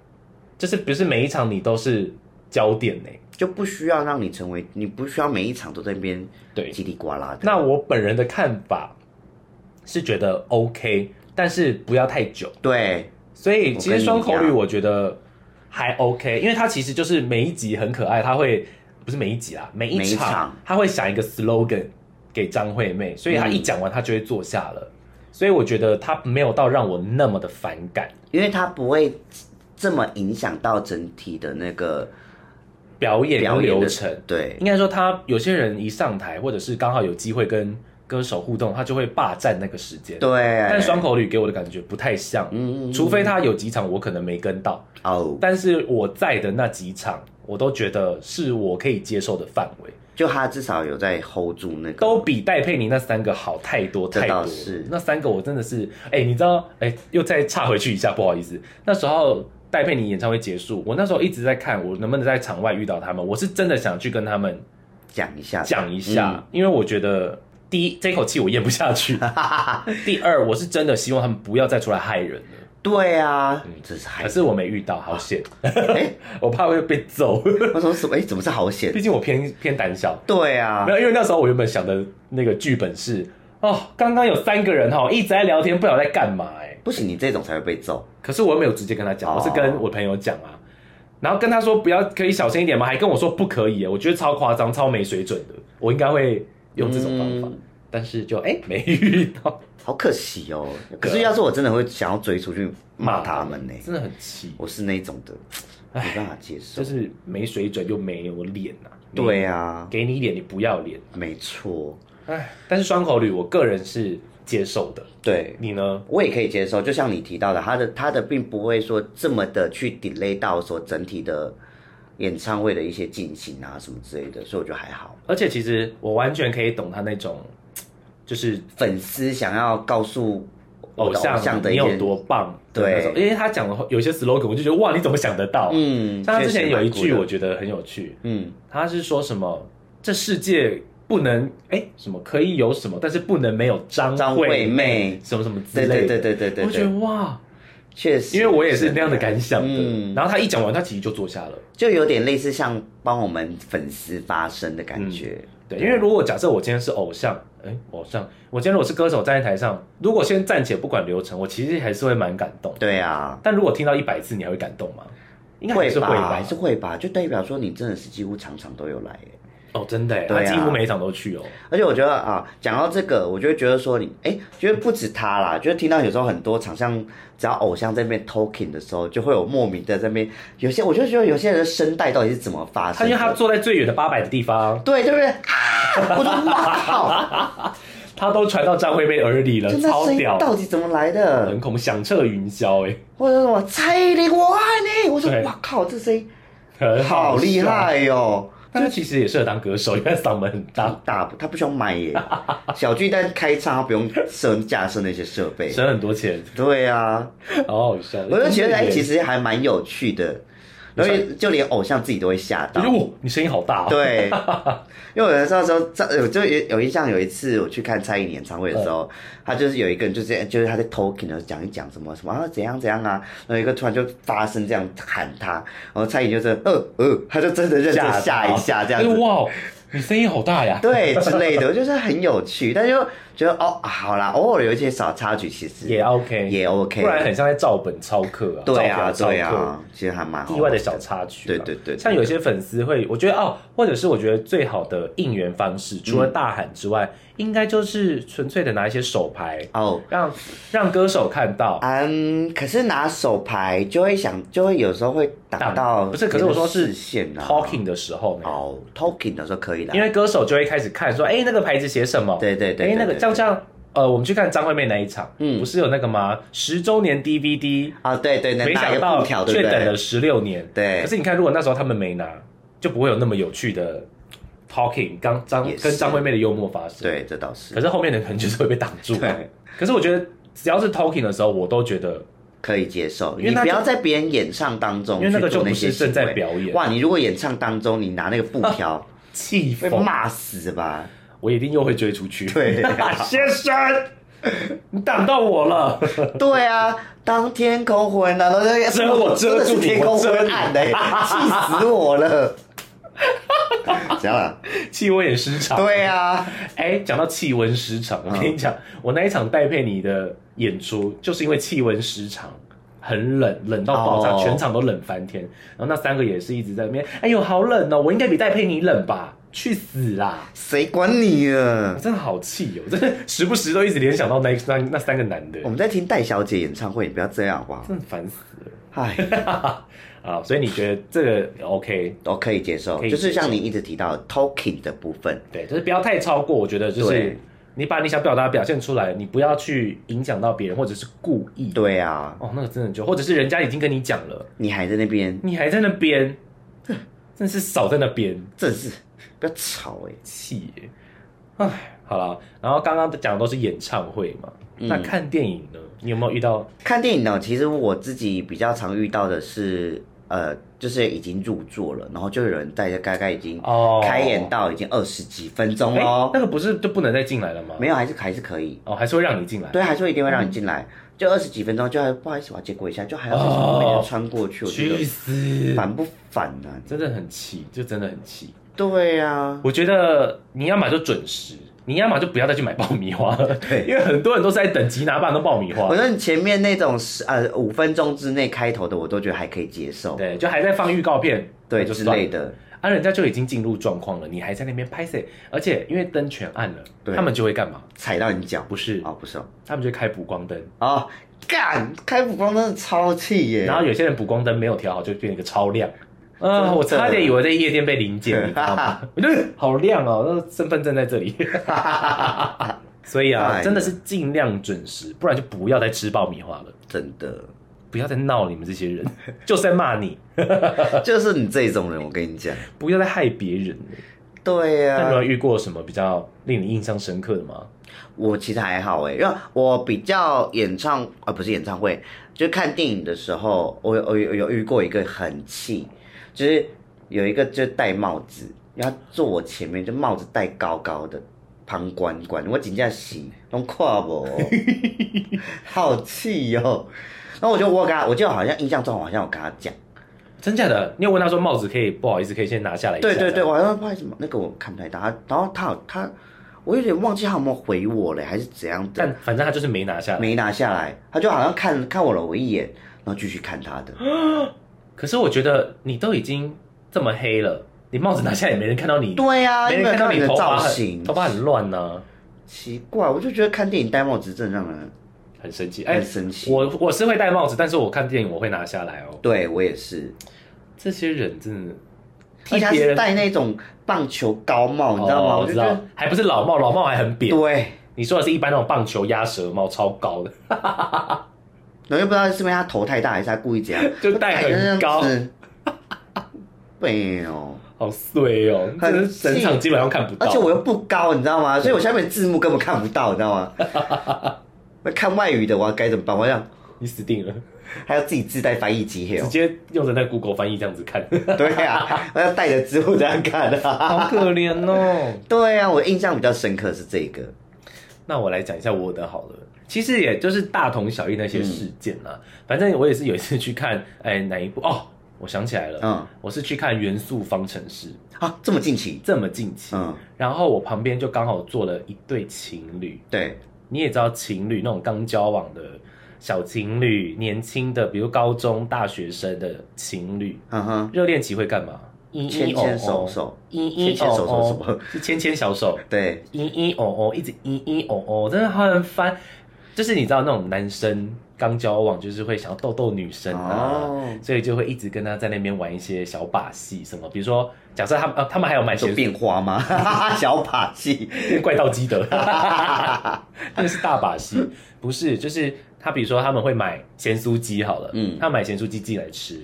C: 就是不是每一场你都是焦点呢、
B: 就不需要让你成为，你不需要每一场都在那边
C: 对
B: 叽里呱啦的。
C: 那我本人的看法是觉得 OK，但是不要太久。
B: 对
C: 所以其实双口
B: 我跟
C: 语
B: 你一样
C: 我觉得还 OK，因为它其实就是每一集很可爱，它会不是每一集啦，每一
B: 每一场
C: 它会想一个 slogan 给张惠妹，所以她一讲完她就会坐下了。所以我觉得她没有到让我那么的反感，
B: 因为它不会这么影响到整体的那个
C: 表演
B: 表
C: 跟
B: 演
C: 流
B: 的
C: 程。
B: 对
C: 应该说，她有些人一上台，或者是刚好有机会跟歌手互动，他就会霸占那个时间。
B: 对，
C: 但双口语给我的感觉不太像，
B: 哎嗯嗯嗯
C: 除非他有几场我可能没跟到，
B: 哦
C: 但是我在的那几场，我都觉得是我可以接受的范围，
B: 就他至少有在 hold 住那个，
C: 都比戴佩妮那三个好太多
B: 这
C: 太多
B: 倒
C: 了。
B: 是
C: 那三个我真的是，哎、你知道，哎、又再岔回去一下，不好意思，那时候戴佩妮演唱会结束，我那时候一直在看我能不能在场外遇到他们，我是真的想去跟他们
B: 讲一下，
C: 讲一下，
B: 嗯
C: 因为我觉得第一这口气我咽不下 去，第二我是真的希望他们不要再出来害人了。
B: 对啊，
C: 嗯
B: 这是还
C: 可是我没遇到，好险！
B: 哎，
C: 我怕会被揍，
B: 我怎么什么哎怎么是好险
C: 毕？竟我偏偏胆小。
B: 对啊
C: 没，有，因为那时候我原本想的那个剧本是，哦，刚刚有三个人哈、一直在聊天，不知道在干嘛哎、
B: 不行，你这种才会被揍。
C: 可是我又没有直接跟他讲，
B: 哦
C: 我是跟我朋友讲啊，然后跟他说不要可以小心一点吗？还跟我说不可以、欸，我觉得超夸张、超没水准的，我应该会用这种方法，
B: 嗯
C: 但是就哎、没遇到，
B: 好可惜哦。
C: 啊
B: 可是要是我真的会想要追出去骂他们呢、
C: 真的很气，
B: 我是那种的，没办法接
C: 嗯
B: 受
C: 就。是没水准又没有脸呐、没
B: 对，啊，
C: 给你脸你不要脸，
B: 没错，
C: 哎，但是双口女我个人是接受的，
B: 对
C: 你呢？
B: 我也可以接受。就像你提到的，他的他的并不会说这么的去 delay 到说整体的演唱会的一些进行啊什么之类的，所以我觉得还好。
C: 而且其实我完全可以懂他那种，就是
B: 粉丝想要告诉我
C: 偶
B: 的偶
C: 像
B: 像的
C: 你
B: 一
C: 有
B: 些，
C: 多棒，
B: 对
C: 那种因为他讲的有些 slogan，我就觉得哇，你怎么想得到？
B: 嗯，
C: 像他之
B: 确
C: 前
B: 实
C: 有一
B: 蛮酷
C: 句
B: 的
C: 我觉得很有趣，
B: 嗯，
C: 他是说什么这世界不能哎、什么可以有什么，但是不能没有张
B: 张
C: 惠
B: 惠妹
C: 什么什么之
B: 对
C: 类
B: 对
C: 的，
B: 对对对对
C: 我觉得
B: 对，
C: 哇，
B: 确实，
C: 因为我也是那样的感想的。
B: 嗯
C: 然后他一讲完，他其实就坐下了。
B: 就有点类似像帮我们粉丝发声的感觉。
C: 对，因为如果假设我今天是偶像，哎，偶像，我今天如果是歌手站在台上，如果先暂且不管流程，我其实还是会蛮感动的。
B: 对啊，
C: 但如果听到一百次，你还会感动吗？应该还是会
B: 吧，
C: 吧
B: 还。是会吧，就代表说你真的是几乎场场都有来耶。
C: 哦，真的耶，他
B: 对啊
C: 几乎每一场都去哦。
B: 而且我觉得啊，讲到这个，我就会觉得说你，哎，觉得不止他啦，就是听到有时候很多场像只要偶像在那边 talking 的时候，就会有莫名的在那边，有些我就觉得有些人的声带到底是怎么发
C: 他
B: 生
C: 因
B: 的？
C: 为他坐在最远的八百的地方，
B: 对对不 对？啊我说哇靠，
C: 他都传到张惠妹耳里了，
B: 就那
C: 超
B: 声音
C: 屌，
B: 到底怎么来的
C: 人？恐响彻云霄，哎，
B: 或者什么蔡依林我爱你，我说
C: 对
B: 哇靠，这声音
C: 很
B: 好厉
C: 笑。
B: 害哟、哦。
C: 但他其实也适合当歌手，因为他嗓门很大，
B: 大，他不需要买耶。小巨蛋开唱，他不用升架设那些设备。
C: 省很多钱，
B: 对啊，
C: 好好笑。
B: 我就觉得哎、其
C: 实
B: 实还蛮有趣的，然后就连偶像自己都会吓
C: 我
B: 到
C: 觉。得哇，哎你声音好大哦。
B: 对，因为我那时候在有就有有印象，有一次我去看蔡依林演唱会的时
C: 嗯
B: 候，他就是有一个人就是哎就是他在 talking 的时候讲一讲什么什么啊怎样怎样啊，然后一个突然就发声这样喊他，然后蔡依林就是呃呃，他就真的认真
C: 到
B: 吓一下这样
C: 哎
B: 子。
C: 哇，你声音好大呀！
B: 对之类的，我就是很有趣，但就觉得哦，好啦，偶尔有一些小插曲，其实
C: 也 OK，
B: 也 OK，
C: 不然很像在照本抄课啊。
B: 对
C: 照表
B: 啊
C: 抄
B: 对
C: 课
B: 啊，其实还蛮好玩
C: 意外的小插曲啦。
B: 对对对对
C: 像有些粉丝会，我觉得哦，或者是我觉得最好的应援方式，除
B: 嗯
C: 了大喊之外，应该就是纯粹的拿一些手牌，
B: 哦。
C: 让让歌手看到。
B: 嗯，可是拿手牌就会想，就会有时候会打
C: 挡
B: 到
C: 不是可是我说是
B: 视线啊
C: talking 的时候呢，
B: 哦，talking 的时候可以啦，
C: 因为歌手就会开始看说，哎，那个牌子写什么？
B: 对对对对
C: 哎，那个
B: 对
C: 像这样，呃，我们去看张惠妹那一场，
B: 嗯
C: 不是有那个吗？十周年 DVD，
B: 啊，对对，能
C: 没
B: 拿一
C: 想
B: 个
C: 到
B: 布条，对
C: 却
B: 不
C: 等了
B: 对？
C: 十六年。
B: 对
C: 可是你看，如果那时候他们没拿，就不会有那么有趣的 talking，刚张
B: 也是
C: 跟张惠妹的幽默发生。，
B: 对，这倒是
C: 可是后面的可能就是会被挡住。
B: 对，
C: 可是我觉得只要是 talking 的时候，我都觉得
B: 可以接受。
C: 因为
B: 你
C: 那
B: 不
C: 就
B: 要在别人演唱当中
C: 因为那个
B: 去做
C: 就不
B: 些
C: 是正
B: 行
C: 在
B: 为
C: 表演
B: 哇，你如果演唱当中你拿那个布条，
C: 气
B: 被
C: 疯，
B: 骂死吧？
C: 我一定又会追出去。
B: 对
C: 先生，你挡到我了。
B: 对啊，当天空昏暗，然后那个
C: 遮我遮住你
B: 真的是天空昏暗的、气死我了！怎样了？
C: 气温也失常。
B: 对啊，
C: 哎，讲到气温失常，我跟你
B: 嗯
C: 讲，我那一场戴佩妮的演出，就是因为气温失常。很冷，冷到爆炸
B: 哦
C: 全场都冷翻天。然后那三个也是一直在那边，哎呦，好冷哦！我应该比戴佩妮冷吧？去死啦！
B: 谁管你啊
C: 我？真的好气哦， 我真的时不时都一直联想到那那那三个男的
B: 我，们在听戴小姐演唱会，你不要这样好不好？
C: 真的烦死了
B: 哎，
C: 啊！所以你觉得这个 OK？
B: 我可以接受，
C: 可以接
B: 就
C: 受
B: 是像你一直提到 talking 的部分，
C: 对，就是不要太超过。我觉得就是
B: 对
C: 你把你想表达表现出来，你不要去影响到别人，或者是故意。
B: 对啊，
C: 哦，那个真的就，或者是人家已经跟你讲了，
B: 你还在那边，
C: 你还在那边，真是少在那边
B: 真是不要吵哎、
C: 气耶！哎，好了，然后刚刚讲的都是演唱会嘛，
B: 嗯
C: 那看电影呢？你有没有遇到？
B: 看电影呢，其实我自己比较常遇到的是，呃，就是已经入座了，然后就有人在大概已经
C: 哦
B: 开演到已经二十几分钟
C: 哎、
B: 喽，
C: 那个不是就不能再进来了吗？
B: 没有还是还是可以，
C: 哦，还是会让你进来。
B: 对，还是会一定会让你进来，就二十几分钟，就还不好意思，我要接过一下，就还要再从后面
C: 哦
B: 穿过去，我觉
C: 去
B: 得
C: 死！
B: 烦不烦呢、啊？
C: 真的很气，就真的很气。
B: 对啊，
C: 我觉得你要么就准时，你要么就不要再去买爆米花了，
B: 对
C: 因为很多人都是在等吉拿棒的爆米花
B: 我，说你前面那种十呃五分钟之内开头的，我都觉得还可以接受，
C: 对，就还在放预告片，
B: 对
C: 那就
B: 之
C: 算了
B: 类的，
C: 啊，人家就已经进入状况了，你还在那边拍摄，而且因为灯全暗了，
B: 对
C: 他们就会干嘛？
B: 踩到你脚
C: 不是，
B: 哦，不是哦，
C: 他们就会开补光灯，
B: 哦，干开补光真的超气耶，
C: 然后有些人补光灯没有调好，就变一个超亮。
B: 真
C: 啊、
B: 的
C: 我差点以为在夜店被临检，你知道 吗？我觉得好亮哦，那身份证在这里。所以
B: 哎
C: 啊，
B: 呀
C: 真的是尽量准时，不然就不要再吃爆米花了。
B: 真的。
C: 不要再闹你们这些人，就是在骂你，
B: 就是你这种人，我跟你讲，
C: 不要再害别人了。
B: 对啊呀、
C: 那你有遇过什么比较令你印象深刻的吗？
B: 我其实还好哎，因为我比较演唱啊、呃不是演唱会，就是看电影的时候，我有我有有遇过一个很气，就是有一个就戴帽子，然后坐我前面，就帽子戴高高的，旁观观，我真正是拢看无，哦好气哟、然后我就我跟他，我就好像印象中好像我跟他讲，
C: 真假的？你有问他说帽子可以不好意思，可以先拿下来一下？
B: 对对对，我还说不好意思，那个我看不太到，他然后他有他，我有点忘记他有没有回我嘞，还是怎样的
C: 但。反正他就是没拿下来。
B: 没拿下来，他就好像看看我了我一眼，然后继续看他的。
C: 嗯可是我觉得你都已经这么黑了，你帽子拿下来也没人看到你，
B: 对呀、啊，
C: 没
B: 因
C: 人
B: 为
C: 看到
B: 你的
C: 头发
B: 造
C: 很
B: 型
C: 头发很乱啊呢、
B: 奇怪，我就觉得看电影戴帽子真的让人
C: 很生气。哎
B: 很，生气。
C: 我我是会戴帽子，但是我看电影我会拿下来哦。
B: 对我也是，
C: 这些人真的替
B: 而且他
C: 哎别
B: 是
C: 人，
B: 戴那种棒球高帽，你知道吗？
C: 哦我
B: 就
C: 知
B: 觉
C: 道
B: 得，
C: 还不是老帽，老帽还很扁。
B: 对，
C: 你说的是一般那种棒球鸭舌帽，超高的，
B: 然后又不知道是不是他头太大，还是他故意怎样，
C: 就戴很高
B: 戴成这样子。没有，
C: 好碎哦！
B: 很
C: 真的是整场基本上看不到。
B: 而且我又不高，你知道
C: 嗯
B: 吗？所以我下面字幕根本看不到，你知道吗？我 看外语的，我要该怎么办？我想
C: 你死定了，
B: 还要自己自带翻译机嘿哦
C: 直接用着那 Google 翻译这样子看，
B: 对啊，我要带着植物这样看啊。
C: 好可怜哦。
B: 对啊，我印象比较深刻是这个。
C: 那我来讲一下我的好了。其实也就是大同小异那些事件啦、反正我也是有一次去看，哎，哪一部？哦，我想起来了，
B: 嗯
C: 我是去看《元素方程式》，
B: 啊，这么近期。
C: 这么近期。
B: 嗯，
C: 然后我旁边就刚好坐了一对情侣，
B: 对，
C: 你也知道，情侣那种刚交往的小情侣，年轻的，比如高中、大学生的情侣，
B: 嗯哼，
C: 热恋期会干嘛？哦依
B: 牵牵手，手，
C: 依依
B: 牵牵手手
C: 哦
B: 什
C: 哦
B: 么，
C: 是牵牵小手，
B: 对，
C: 依依哦哦，一直依依哦哦，真的很烦。就是你知道那种男生刚交往，就是会想要逗逗女生啊，
B: 哦，
C: 所以就会一直跟他在那边玩一些小把戏，什么，比如说假设他们、呃、他们还有买
B: 手
C: 咸
B: 变花 吗？小把戏，
C: 怪盗基德，那是大把戏，不是，就是他比如说他们会买咸酥鸡好了，
B: 嗯
C: 他买咸酥鸡进来吃，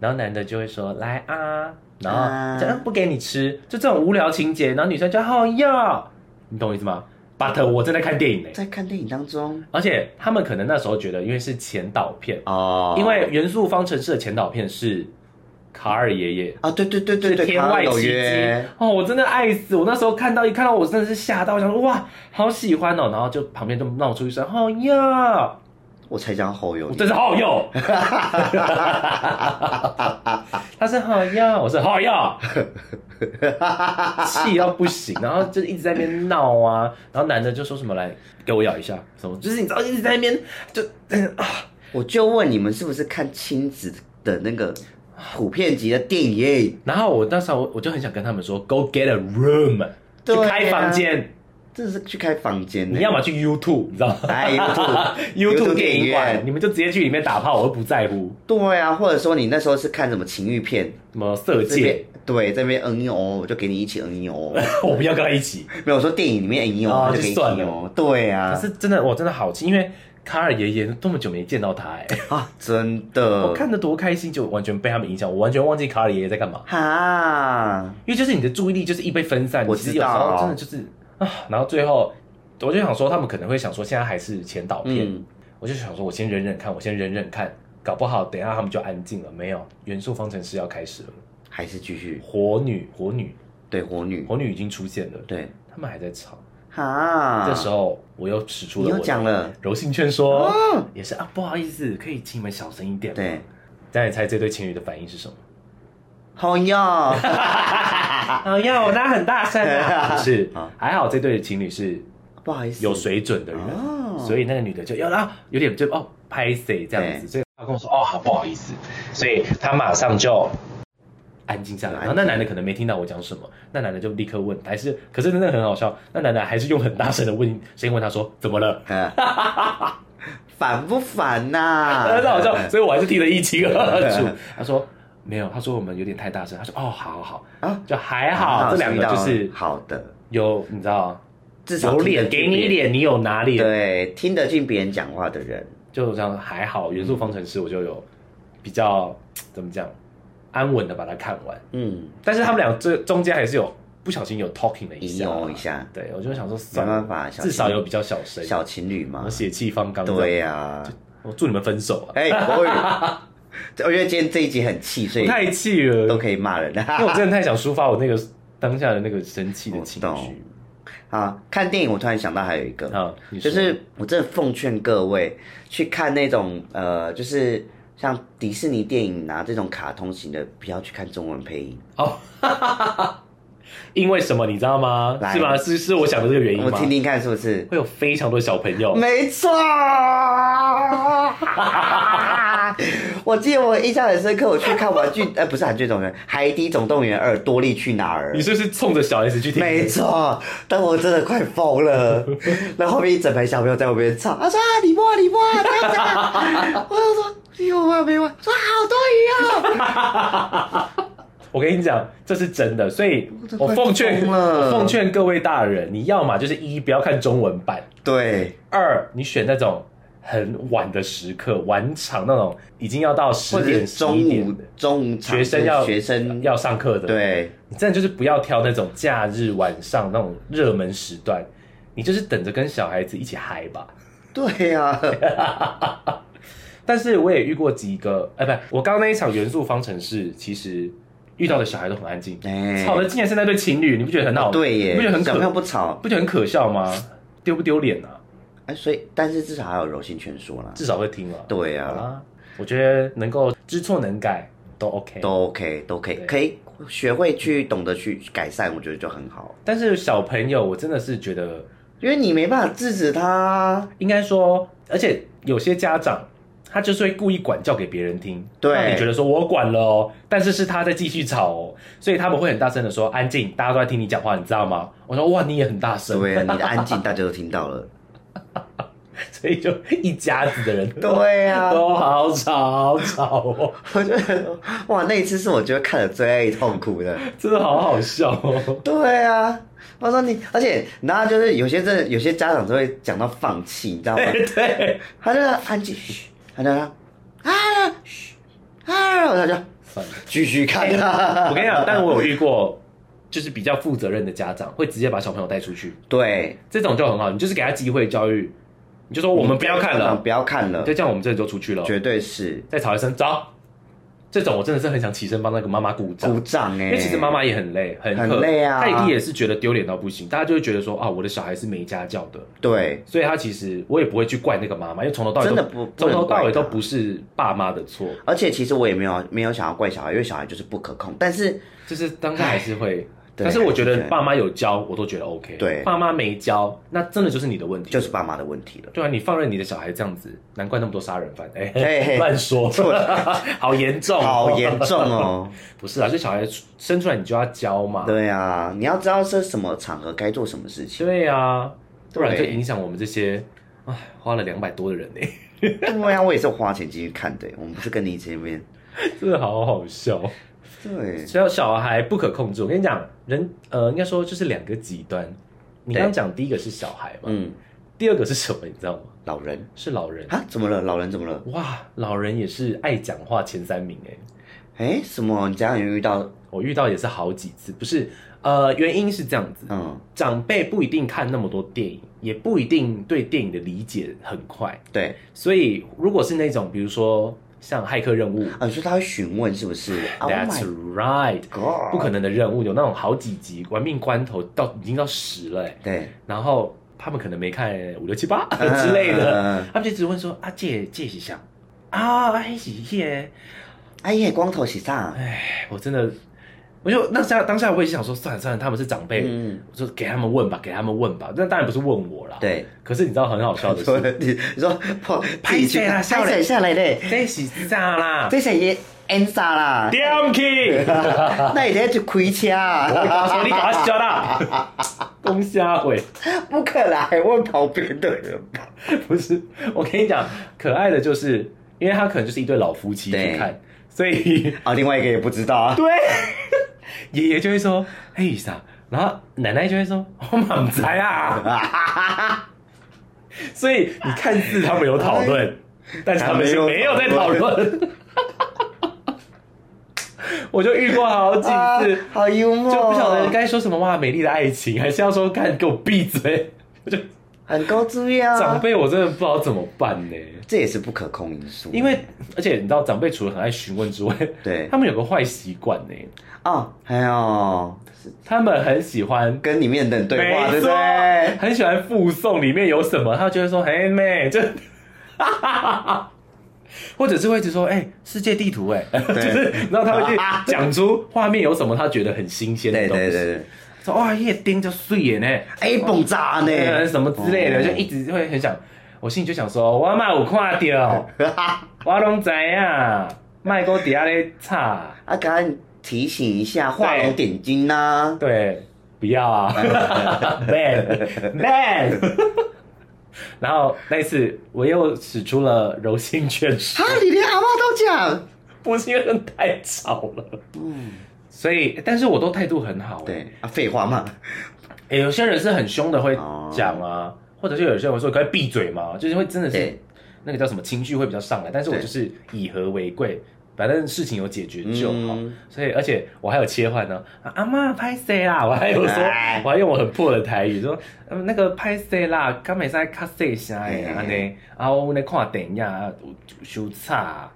C: 然后男的就会说来啊，然
B: 啊
C: 后就、嗯不给你吃，就这种无聊情节，然后女生就好要，你懂我意思吗？But 我正在看电影呢、
B: 在看电影当中
C: 而且他们可能那时候觉得，因为是前导片，
B: 哦，
C: 因为《元素方程式》的前导片是卡尔爷爷，
B: 啊，对对对对
C: 是
B: 对，
C: 天
B: 卡拉
C: 外
B: 有
C: 奇迹
B: 约，
C: 哦！我真的爱死！我那时候看到一看到我真的是吓到，我想说哇，好喜欢哦！然后就旁边就闹出一声“好哟
B: 我才讲好”，友
C: 我，真是好 哟，他是好哟，我是好哟，气到不行，然后就一直在那边闹啊，然后男的就说什么来给我咬一下什么，就是你知道一直在那边就啊，
B: 我就问你们是不是看亲子的那个普遍级的电影？哎
C: 然后我那时候我就很想跟他们说 “Go get a room”，
B: 对
C: 去
B: 啊
C: 开房间，
B: 这是去开房间呢，
C: 你要么去 YouTube，你知道 吗？
B: 哎
C: YouTube 电影
B: 院
C: 馆，你们就直接去里面打炮，我都不在乎。
B: 对啊，或者说你那时候是看什么情欲片，
C: 什么色
B: 这边
C: 戒，
B: 对这边嗯一哦，我就给你一起嗯一哦。
C: 我不要跟他一起。
B: 没有我说电影里面嗯一哦，
C: 哦
B: 我就给你一起
C: 就算
B: 哦。对
C: 可
B: 啊，
C: 是真的，我真的好气，因为卡尔爷爷多么久没见到他哎、
B: 啊，真的，
C: 我看的多开心，就完全被他们影响，我完全忘记卡尔爷爷在干嘛，
B: 哈，
C: 因为就是你的注意力就是一被分散，
B: 我
C: 其实
B: 知
C: 有时
B: 道
C: 候真的就是啊，然后最后我就想说，他们可能会想说现在还是前导片，
B: 嗯，
C: 我就想说我先忍忍看，我先忍忍看，搞不好等一下他们就安静了，没有，元素方程式要开始了，
B: 还是继续
C: 火女火女
B: 对火女，
C: 火女已经出现了，
B: 对，
C: 他们还在吵，
B: 哈，
C: 这时候我又使出
B: 你
C: 了
B: 又
C: 我的
B: 讲了，
C: 柔性劝说，
B: 嗯，
C: 也是啊，不好意思，可以请你们小声一点吗。
B: 对，
C: 大家你猜这对情侣的反应是什么？
B: 好 哟，
C: 啊，要我拉很大声啊！不 是
B: 啊，
C: 还好这对情侣是
B: 不好意思，
C: 有水准的人，
B: 哦
C: 所以那个女的就要啦，有点就哦拍谁这样子，
B: 对
C: 所以她跟我说哦好不好意思，所以她马上就安静下来。
B: 安
C: 然后
B: 静
C: 那男的可能没听到我讲什么，那男的就立刻问，还是可是真的很好笑，那男的还是用很大声的问声音问他说怎么了？
B: 嗯，烦不烦呐、
C: 那好笑，所以我哎还是听得一清二楚。他说没有，他说我们有点太大声，他说哦好好好，
B: 啊，
C: 就还
B: 还
C: 好，这两个就是
B: 好的，
C: 有你知道。
B: 至少
C: 有
B: 听
C: 脸
B: 得进
C: 给你
B: 别
C: 脸，
B: 人，
C: 你有哪里？
B: 对，听得进别人讲话的人，
C: 就这样还好。元素方程式我就有比较怎么讲安稳的把它看完，
B: 嗯，
C: 但是他们俩这中间还是有不小心有 talking 了一
B: 引
C: 下，
B: 用一下，
C: 对我就想说算
B: 没
C: 了，
B: 办法小心
C: 至少有比较小声，
B: 小情侣嘛
C: 我，血气方刚。
B: 对
C: 这样，
B: 呀、
C: 我祝你们分手啊！
B: 哎、国语， 我觉得今天这一集很气，所
C: 我
B: 以
C: 太气了，
B: 都
C: 因
B: 可以骂人。
C: 为 我真的太想抒发我那个当下的那个生气的
B: 我
C: 情
B: 懂
C: 绪
B: 啊，看电影我突然想到还有一个，
C: 啊，你
B: 就
C: 说
B: 是我真的奉劝各位去看那种呃，就是像迪士尼电影啊这种卡通型的，不要去看中文配音。
C: 哦。因为什么你知道吗？
B: 来
C: 是吗？是是我想的这个原因
B: 我
C: 吗？
B: 听听看是不是？
C: 会有非常多小朋友，
B: 没错。 我记得我印象很深刻，我去看《玩具》 呃，不是《玩具总动员》，《海底总动员二：多利去哪儿
C: 你》。是不是冲着小 S 去听？
B: 没错，但我真的快 疯了。然后后面一整排小朋友在我边唱，他说啊李默李默，这样子啊。我就说李默没默，说好多鱼哦。
C: 我跟你讲，这是真的，所以
B: 我都
C: 我
B: 快
C: 奉劝
B: 疯了
C: 我奉劝各位大人，你要嘛就是一不要看中文版，
B: 对，
C: 二你选那种很晚的时刻，晚场那种已经要到
B: 或
C: 十
B: 者是
C: 点、
B: 中
C: 11
B: 午
C: 点的
B: 中午场
C: 学生要
B: 学生
C: 要上课的，，
B: 对
C: 你真的就是不要挑那种假日晚上那种热门时段，你就是等着跟小孩子一起嗨吧。
B: 对呀、啊，
C: 但是我也遇过几个，哎、不，我刚刚那一场元素方程式，其实遇到的小孩都很安静，
B: 哎哦
C: 吵的竟然是那对情侣，你不觉得很好？
B: 对
C: 你
B: 耶
C: 不觉得，很
B: 小朋
C: 可
B: 友不吵，
C: 不觉得很可笑吗？丢不丢脸啊？
B: 哎，所以但是至少还有柔性劝说啦，
C: 至少会听了。
B: 对啊
C: 好
B: 呀、
C: 啦，我觉得能够知错能改都 OK。
B: 都 OK 都可以，
C: 对
B: 可以学会去懂得去改善，我觉得就很好，
C: 但是小朋友，我真的是觉得
B: 因为你没办法制止他啊，
C: 应该说，而且有些家长。他就是会故意管教给别人听，
B: 对
C: 让你觉得说我管了哦，但是是他在继续吵哦，所以他们会很大声的说安静，大家都在听你讲话，你知道吗？我说哇，你也很大声，
B: 对呀、你的安静大家都听到 了，
C: 所以就一家子的人
B: 对啊呀、
C: 都好吵好吵哦，
B: 我觉得 哇，那一次是我觉得看了最痛苦的。
C: 真的好好笑哦。
B: 对啊，我说你，而且你知道，就是有些真的有些家长都会讲到放弃，你知道吗？
C: 对，
B: 他就安静，嘘，他就啊嘘啊，他就
C: 算了，
B: 继续看啊。
C: 哎 我跟你讲，但我有遇过，就是比较负责任的家长会直接把小朋友带出去，
B: 对，
C: 这种就很好，你就是给他机会教育，你就说我们不要看了，
B: 嗯不要看了
C: 对，，这样我们这里就出去了，
B: 绝对是
C: 再吵一声走。这种我真的是很想起身帮那个妈妈鼓掌
B: 鼓，掌哎、
C: 因为其实妈妈也很累，很
B: 很
C: 渴
B: 累啊
C: 她一定也是觉得丢脸到不行，大家就会觉得说啊，我的小孩是没家教的，
B: 对
C: 所以他其实我也不会去怪那个妈妈，因为从头到尾都
B: 真的不不
C: 从
B: 能
C: 头到尾
B: 怪她
C: 都不是爸妈的错，
B: 而且其实我也没有没有想要怪小孩，因为小孩就是不可控。但是
C: 就是当下还是会。
B: 对
C: 但是我觉
B: 还是
C: 得
B: 会
C: 爸妈有教，我都觉得 OK。
B: 对
C: 爸妈没教，那真的就是你的问题。
B: 就是爸妈的问题了。
C: 对啊，你放任你的小孩这样子，难怪那么多杀人犯。哎、
B: 嘿嘿
C: 乱说， 好严重、
B: 好严重。 哦！
C: 不是啊，就小孩生出来你就要教嘛。
B: 对啊，你要知道是什么场合该做什么事情。
C: 对啊，不然就
B: 对
C: 影响我们这些，哎，花了两百多的人呢、
B: 对啊，我也是花钱进去看的。我们不是跟你前面
C: 真的好好笑。
B: 对
C: 只要小孩不可控制，我跟你讲，人呃，应该说就是两个极端。你
B: 对
C: 刚刚讲第一个是小孩嘛，
B: 嗯
C: 第二个是什么，你知道吗？
B: 老人
C: 是老人。
B: 啊，怎么了？老人怎么了？
C: 哇，老人也是爱讲话前三名哎，
B: 哎，什么？你怎样有遇到？
C: 我遇到也是好几次，不是呃，原因是这样子，
B: 嗯，
C: 长辈不一定看那么多电影，也不一定对电影的理解很快，
B: 对，
C: 所以如果是那种比如说像骇客任务、
B: 啊，你说他会询问是不是
C: t
B: ？Oh
C: h a t s
B: my
C: right，
B: god！
C: 不可能的任务有那种好几集，玩命关头到已经到十了哎，
B: 对，
C: 然后他们可能没看五六七八 哎之类的，
B: 嗯。嗯嗯嗯
C: 他们就只问说啊这这是啥啊，那是那个。
B: 哎呀，光头洗啥？
C: 哎，我真的，我就那下当下我也想说，算了算了，他们是长辈，
B: 嗯，
C: 我说给他们问吧，给他们问吧。那当然不是问我啦。。
B: 对。
C: 可是你知道很好笑 的
B: 说
C: 是，
B: 你 你说不
C: 拍
B: 自己去
C: 谁啦笑
B: 拍谁
C: 脸
B: 下来的？
C: 这是啥啦
B: 这谁也 N 啥啦？
C: ？Damn key！
B: 那一天去开车啊？
C: 说你搞笑啦，公虾会
B: 不可能，还问旁边的人吧？
C: 不是？我跟你讲，可爱的就是，因为他可能就是一对老夫妻去
B: 对
C: 看，所以
B: 啊，另外一个也不知道啊。
C: 对，爷爷就会说：“嘿啥？”然后奶奶就会说：“我满才啊！” 所以你看似他们有讨论，但是哎他们是没有在讨论。 我就遇过好几
B: 啊
C: 次，
B: 好幽默，
C: 就不晓得该说什么哇，美丽的爱情，还是要说干给我闭嘴。我就
B: 很高注意啊。
C: 长辈，我真的不知道怎么办呢、
B: 这也是不可控因素，
C: 因为而且你知道，长辈除了很爱询问之外，
B: 对
C: 他们有个坏习惯呢，
B: 哦，还有
C: 他们很喜欢
B: 跟里面的人对话，
C: 没
B: 对不
C: 错
B: 对？
C: 很喜欢附送里面有什么，他就 会说：“哎、妹，这。”或者是会一直说：“哎、世界地图、哎， 就是，然后他 会去讲出画面有什么他觉得很新鲜的
B: 对
C: 东西，
B: 对对对，
C: 说哇，夜丁就碎眼呢，呃
B: 哎，蹦炸呢，
C: 什么之类的，
B: 哦
C: 就 一直会很想，我心里就想说，我嘛有看到，啊我拢知啊，麦哥底下咧吵，
B: 啊，赶快提醒一下，画龙点睛啊呐。
C: 对，不要 啊，man man。然后那一次我又使出了柔性劝说
B: 哈，，你连阿妈都讲，
C: 不是因为太吵了，
B: 嗯，
C: 所以但是我都态度很好、欸，
B: 对啊，废话嘛，
C: 哎、有些人是很凶的会
B: 哦
C: 讲啊，或者是有些人会说可以闭嘴嘛，就是会真的是
B: 对
C: 那个叫什么情绪会比较上来，但是我
B: 对
C: 就是以和为贵，反正事情有解决就好。
B: 嗯
C: 所以而且我还有切换呢、啊，阿妈拍谁啦？我还有说
B: 哎，
C: 我还用我很破的台语说，嗯，那个拍谁啦？刚美在卡谁下哎，
B: 嘿
C: 安尼啊，我咧看电影啊，有有差。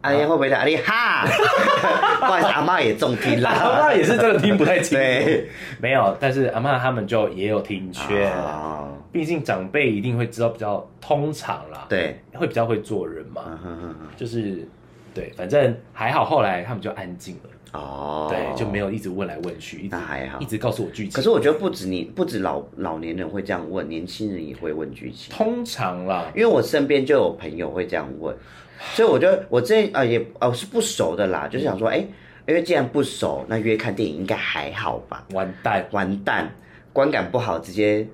B: 阿爷会不会打你哈？ 不好意思，阿妈也中听
C: 阿妈
B: 啦。
C: 也是真的听不太清
B: 哎 对
C: 楚，没有，但是阿妈他们就也有听缺。
B: 哦
C: 毕竟长辈一定会知道比较通常啦，，
B: 对，
C: 会比较会做人嘛，
B: 嗯哼哼哼
C: 就是对，反正还好，后来他们就安静了，
B: 哦，
C: 对，就没有一直问来问去，一直
B: 那还好
C: 一。直告诉我剧情。
B: 可是我觉得不止你，不止老老年人会这样问，年轻人也会问剧情。
C: 通常啦，
B: 因为我身边就有朋友会这样问，所以我就我之前呃也哦是不熟的啦，就是想说，哎、因为既然不熟，那约看电影应该还好吧？
C: 完蛋，
B: 完蛋，观感不好，直接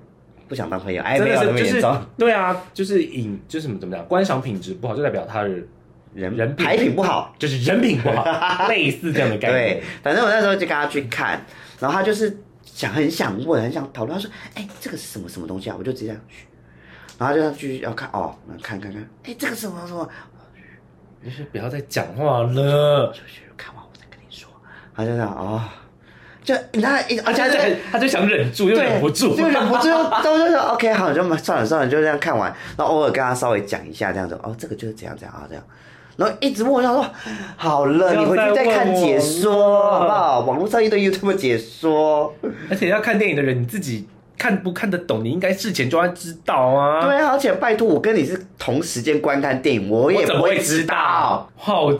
B: 不想当朋友，哎，
C: 真
B: 没
C: 的
B: 有那
C: 是
B: 么
C: 就
B: 严
C: 是
B: 重，
C: 对啊，就是影就是怎么怎么讲，观赏品质不好，就代表他的
B: 人
C: 人品
B: 牌品不好。
C: 就是人品不 好，类似这样的概念
B: 对。，反正我那时候就跟他去看，然后他就是想很想问，很想讨论，他说，哎、这个是什么什么东西啊？我就直接这样，嘘然后他就继续要看哦，那看看看，哎、这个是什么什么，
C: 就是不要再讲话了，
B: 就去看完我再跟你说。他就这样哦，就你看，一而
C: 而
B: 且
C: 且他就
B: 他这个
C: 很他就想忍住又
B: 对
C: 忍不住，
B: 就忍不 住，都就说 OK，好，就算了算了，就这样看完，然后偶尔跟他稍微讲一下这样子，哦，这个就是怎样怎样啊这样。然后一直问我，想说好了，
C: 不要
B: 你回去再看解说，
C: 再问我了
B: 好不好？网络上一堆 YouTube 解说，
C: 而且要看电影的人，你自己看不看得懂，你应该事前就要知道啊。
B: 对啊，而且拜托，我跟你是同时间观看电影，我也
C: 怎
B: 不
C: 么
B: 会
C: 会
B: 知
C: 知
B: 道
C: 道，？哇，我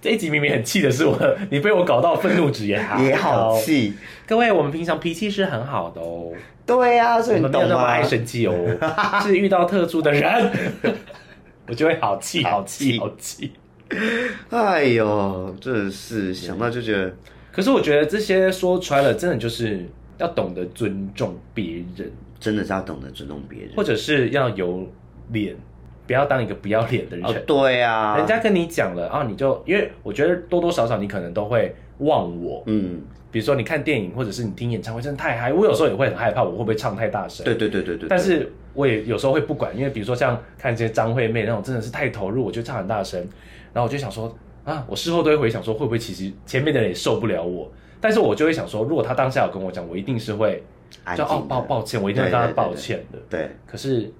C: 这一集明明很气的是我，你被我搞到愤怒值也好，
B: 也好。气。
C: 各位，我们平常脾气是很好的哦，
B: 对啊，所
C: 我
B: 以
C: 们
B: 你
C: 没有
B: 懂
C: 那么
B: 吗
C: 爱？生 气哦，是遇到特殊的人，我就会好气、好气、好气。
B: 哎呦，真的是想到就觉得。
C: 可是我觉得这些说穿了，真的就是要懂得尊重别人，
B: 真的是要懂得尊重别人。
C: 或者是要有脸，不要当一个不要脸的人。
B: 哦，对啊，
C: 人家跟你讲了啊，你就因为我觉得多多少少你可能都会忘我，
B: 嗯，
C: 比如说你看电影或者是你听演唱会，真的太嗨。我有时候也会很害怕，我会不会唱太大声？
B: 对对对对对。
C: 但是哦我也有时候会不管，因为比如说像看一些张惠妹那种，真的是太投入，我就唱很大声，然后我就想说啊，我事后都会回想说，会不会其实前面的人也受不了我？但是我就会想说，如果他当下有跟我讲，我一定是会
B: 安
C: 就
B: 静的
C: 哦抱抱歉，我一定会跟他抱歉的。
B: 对
C: 可是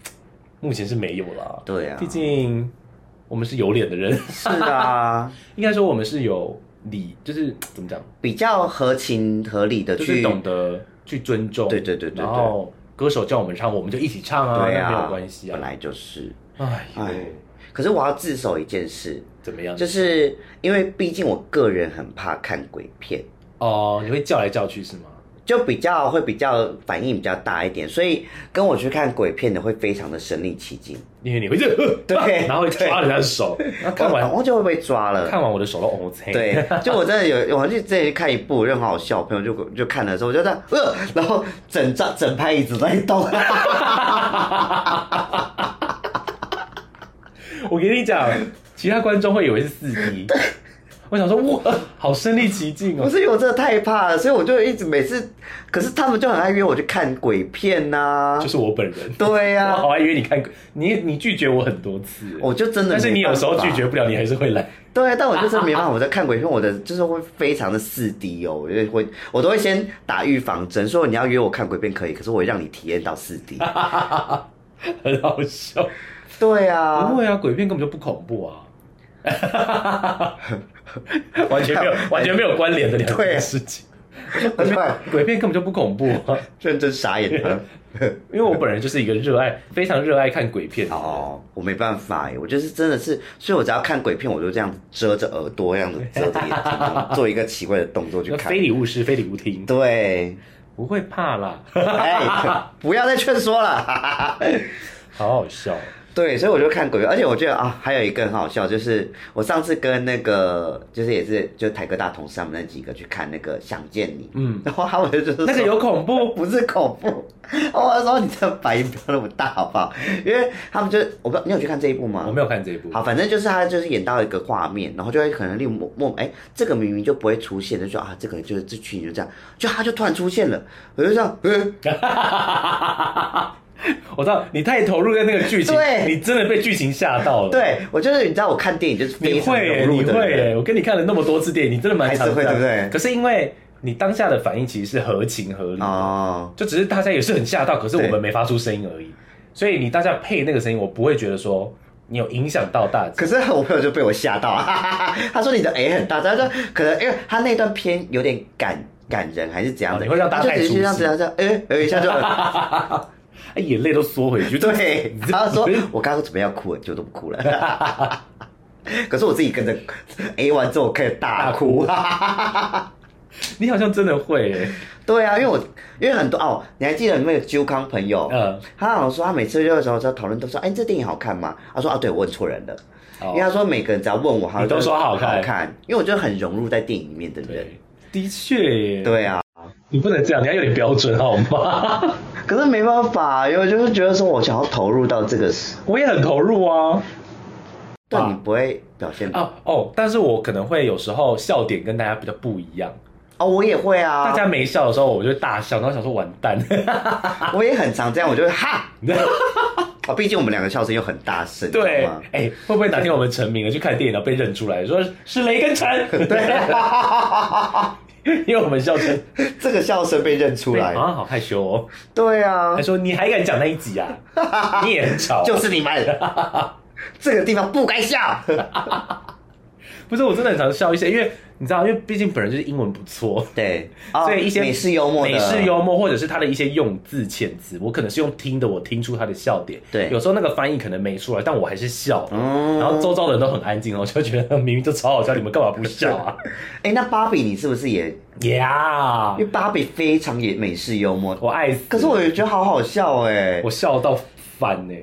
C: 目前是没有啦，
B: 对啊
C: 毕，竟我们是有脸的人，
B: 是啊，
C: 应该说我们是有理，就是怎么讲，
B: 比较合情合理的
C: 就是
B: 去
C: 懂得去尊重。
B: 对对对对对
C: 然后歌手叫我们唱，我们就一起唱啊，
B: 对
C: 那
B: 啊，
C: 没有关系
B: 本
C: 啊。
B: 来就是。
C: 哎呦
B: 哎可是我要自首一件事，
C: 怎么样？
B: 就是因为毕竟我个人很怕看鬼片，
C: 哦，你会叫来叫去是吗？
B: 就比较会比较反应比较大一点，所以跟我去看鬼片的会非常的身临其境。
C: 因为你会就
B: 对
C: 然后会抓人家的手，然后看
B: 我
C: 完
B: 我就会被抓了。
C: 看完我的手都 OK。
B: 对，就我真的有，我去之前去看一部，我就很好笑，我朋友就就看的时候，我就这样，呃，然后整张整排椅子在动，
C: 我跟你讲，其他观众会以为是四 D。我想说，哇，好身临其境
B: 不
C: 哦。
B: 是因为我真的太怕了，所以我就一直每次，可是他们就很爱约我去看鬼片呐、
C: 就是我本人。
B: 对呀、
C: 我好爱约你看，你你拒绝我很多次，
B: 我就真的，
C: 但是你有时候拒绝，不了，你还是会来。
B: 对，啊但我就是没 办法，我在看鬼片，我的就是会非常的四 D 哦，我就会我都会先打预防针，说你要约我看鬼片可以，可是我会让你体验到四 D。
C: 很好笑。
B: 对啊
C: 不，会啊，鬼片根本就不恐怖啊，完全 没有完全没有关联的两
B: 对
C: 件
B: 啊
C: 事情。
B: 对，
C: 鬼片根本就不恐怖啊，
B: 认真傻眼了。
C: 因为我本人就是一个热爱 非常热爱看鬼片的人。
B: 哦，我没办法耶，我就是真的是，所以我只要看鬼片，我就这样子遮着耳朵，这样子遮着眼睛，然后做一个奇怪的动作去
C: 就
B: 看
C: 非。礼勿视，非礼勿听，
B: 对，
C: 不会怕 啦，
B: 哎，不要再劝 说了。
C: 好好笑。
B: 对，所以我就看鬼片，而且我觉得啊，还有一个很好笑，就是我上次跟那个，就是也是就台哥大同事他们那几个去看那个《想见你》，
C: 嗯，
B: 然后他们就是
C: 那个
B: 说
C: 有恐怖，
B: 不是恐怖，哦我说你这白眼不要那么大好不好？因为他们就我不知道你有去看这一部吗？
C: 我没有看这一部。
B: 啊好，反正就是他就是演到一个画面，然后就会可能令默默哎，这个明明就不会出现，就说啊，这个就是这群人就这样，就他就突然出现了，我就这样，嗯，
C: 我知道你太投入在那个剧情，
B: 对
C: 你真的被剧情吓到了。，
B: 对我就是你知道我看电影就是
C: 你
B: 非常
C: 会耶，
B: 融
C: 你
B: 入的
C: 会耶，
B: 人，
C: 我跟你看了那么多次电影，你真的蛮常
B: 还是会
C: 这样
B: 对不对
C: 可是因为你当下的反应其实是合情合理的，
B: 哦，
C: 就只是大家也是很吓到，可是我
B: 对
C: 们没发出声音而已。所以你当下配那个声音，我不会觉得说你有影响到大家。
B: 可是我朋友就被我吓到， 哈哈哈他说你的 A 很大，他说可能因为他那段片有点感感人还是怎样
C: 哦
B: 的，
C: 你会让大家
B: 他就直接这样
C: 太
B: 子，他说哎哎一 下就
C: 哎，眼泪都缩回去。
B: 对，
C: 你这
B: 他说我刚刚准备要哭了，就都不哭了。 可是我自己跟着 A 完之后，我开始大哭。
C: 你好像真的会耶，
B: 对啊，因为我因为很多哦，你还记得那个揪康朋友，
C: 嗯，
B: 他好像说他每次的时候在讨论都说，哎，这电影好看吗？他说啊，对我问错人了，
C: 哦
B: 因为他说每个人只要问我，他
C: 你都说好看
B: 好看，因为我就很融入在电影里面的人。
C: 对，的确耶。，
B: 对啊，
C: 你不能这样，你要有点标准好 吗？
B: 可是没办法，因为我就是觉得说我想要投入到这个，
C: 我也很投入啊。
B: 但你不会表现
C: 哦哦，但是我可能会有时候笑点跟大家比较不一样。
B: 哦，我也会啊，
C: 大家没笑的时候，我就大笑，然后想说完 蛋，
B: 我也很常这样，我就会哈，啊，毕竟我们两个笑声又很大声，你知
C: 对
B: 道吗，
C: 哎、会不会哪天我们成名了，去看电影然后被认出来，说是雷跟 陈，对，因为我们笑成
B: 这个笑声被认出来，
C: 啊，好害羞哦，
B: 对啊
C: 还，说你还敢讲那一集啊， 你也很吵，
B: 就是你们， 这个地方不该笑，
C: 不是我真的很常笑一些，因为你知道，因为毕竟本人就是英文不错。
B: 对，哦
C: 所以一些
B: 美式幽默的，
C: 美式幽默，或者是他的一些用字遣词，我可能是用听的，我听出他的笑点。
B: 对
C: 有时候那个翻译可能没出来，但我还是笑了。
B: 嗯
C: 然后周遭的人都很安静，我就觉得明明就超好笑，你们干嘛不笑啊？
B: 哎，那芭比你是不是也？
C: 呀
B: 因为，芭比非常也美式幽默，
C: 我爱死了。
B: 可是我也觉得好好笑哎
C: 我，笑到翻呢、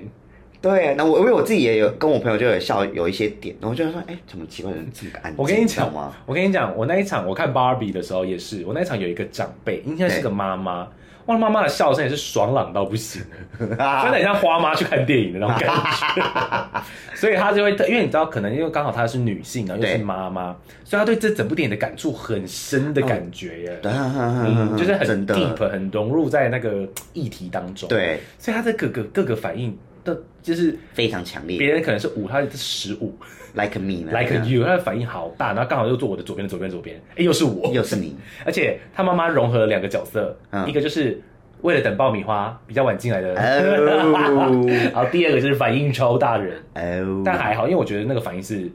B: 对，那我因为我自己也有跟我朋友就有笑有一些点，然后就说，哎，怎么奇怪人这么安静？
C: 我跟你
B: 知道
C: 讲
B: 吗？，
C: 我跟你讲，我那一场我看 Barbie 的时候也是，我那一场有一个长辈，应该是个妈妈，哇，妈妈的笑声也是爽朗到不行，
B: 啊
C: 真的很像花妈去看电影的那种感 觉。所以她就会，因为你知道，可能因为刚好她是女性啊，又
B: 对
C: 是妈妈，所以她对这整部电影的感触很深的感觉耶。
B: 对，哈哈 哈
C: 嗯，
B: 哈
C: 就是很
B: 啊真
C: deep，
B: 的，
C: 很融入在那个议题当中。，
B: 对，
C: 所以她在各个各个反应的，就是
B: 非常强烈
C: 别人可能是五，她是十五。
B: ，like me 呢
C: like you，他的反应好大，然后刚好又坐我的左边的左边的左边，哎，又是我，
B: 又 是你，
C: 而且他妈妈融合了两个角色，
B: 嗯 Oh
C: 一个就是为了等爆米花比较晚进来的，
B: 哦
C: 然后第二个就是反应超大人，
B: 哦，
C: 但还好，因为我觉得那个反应是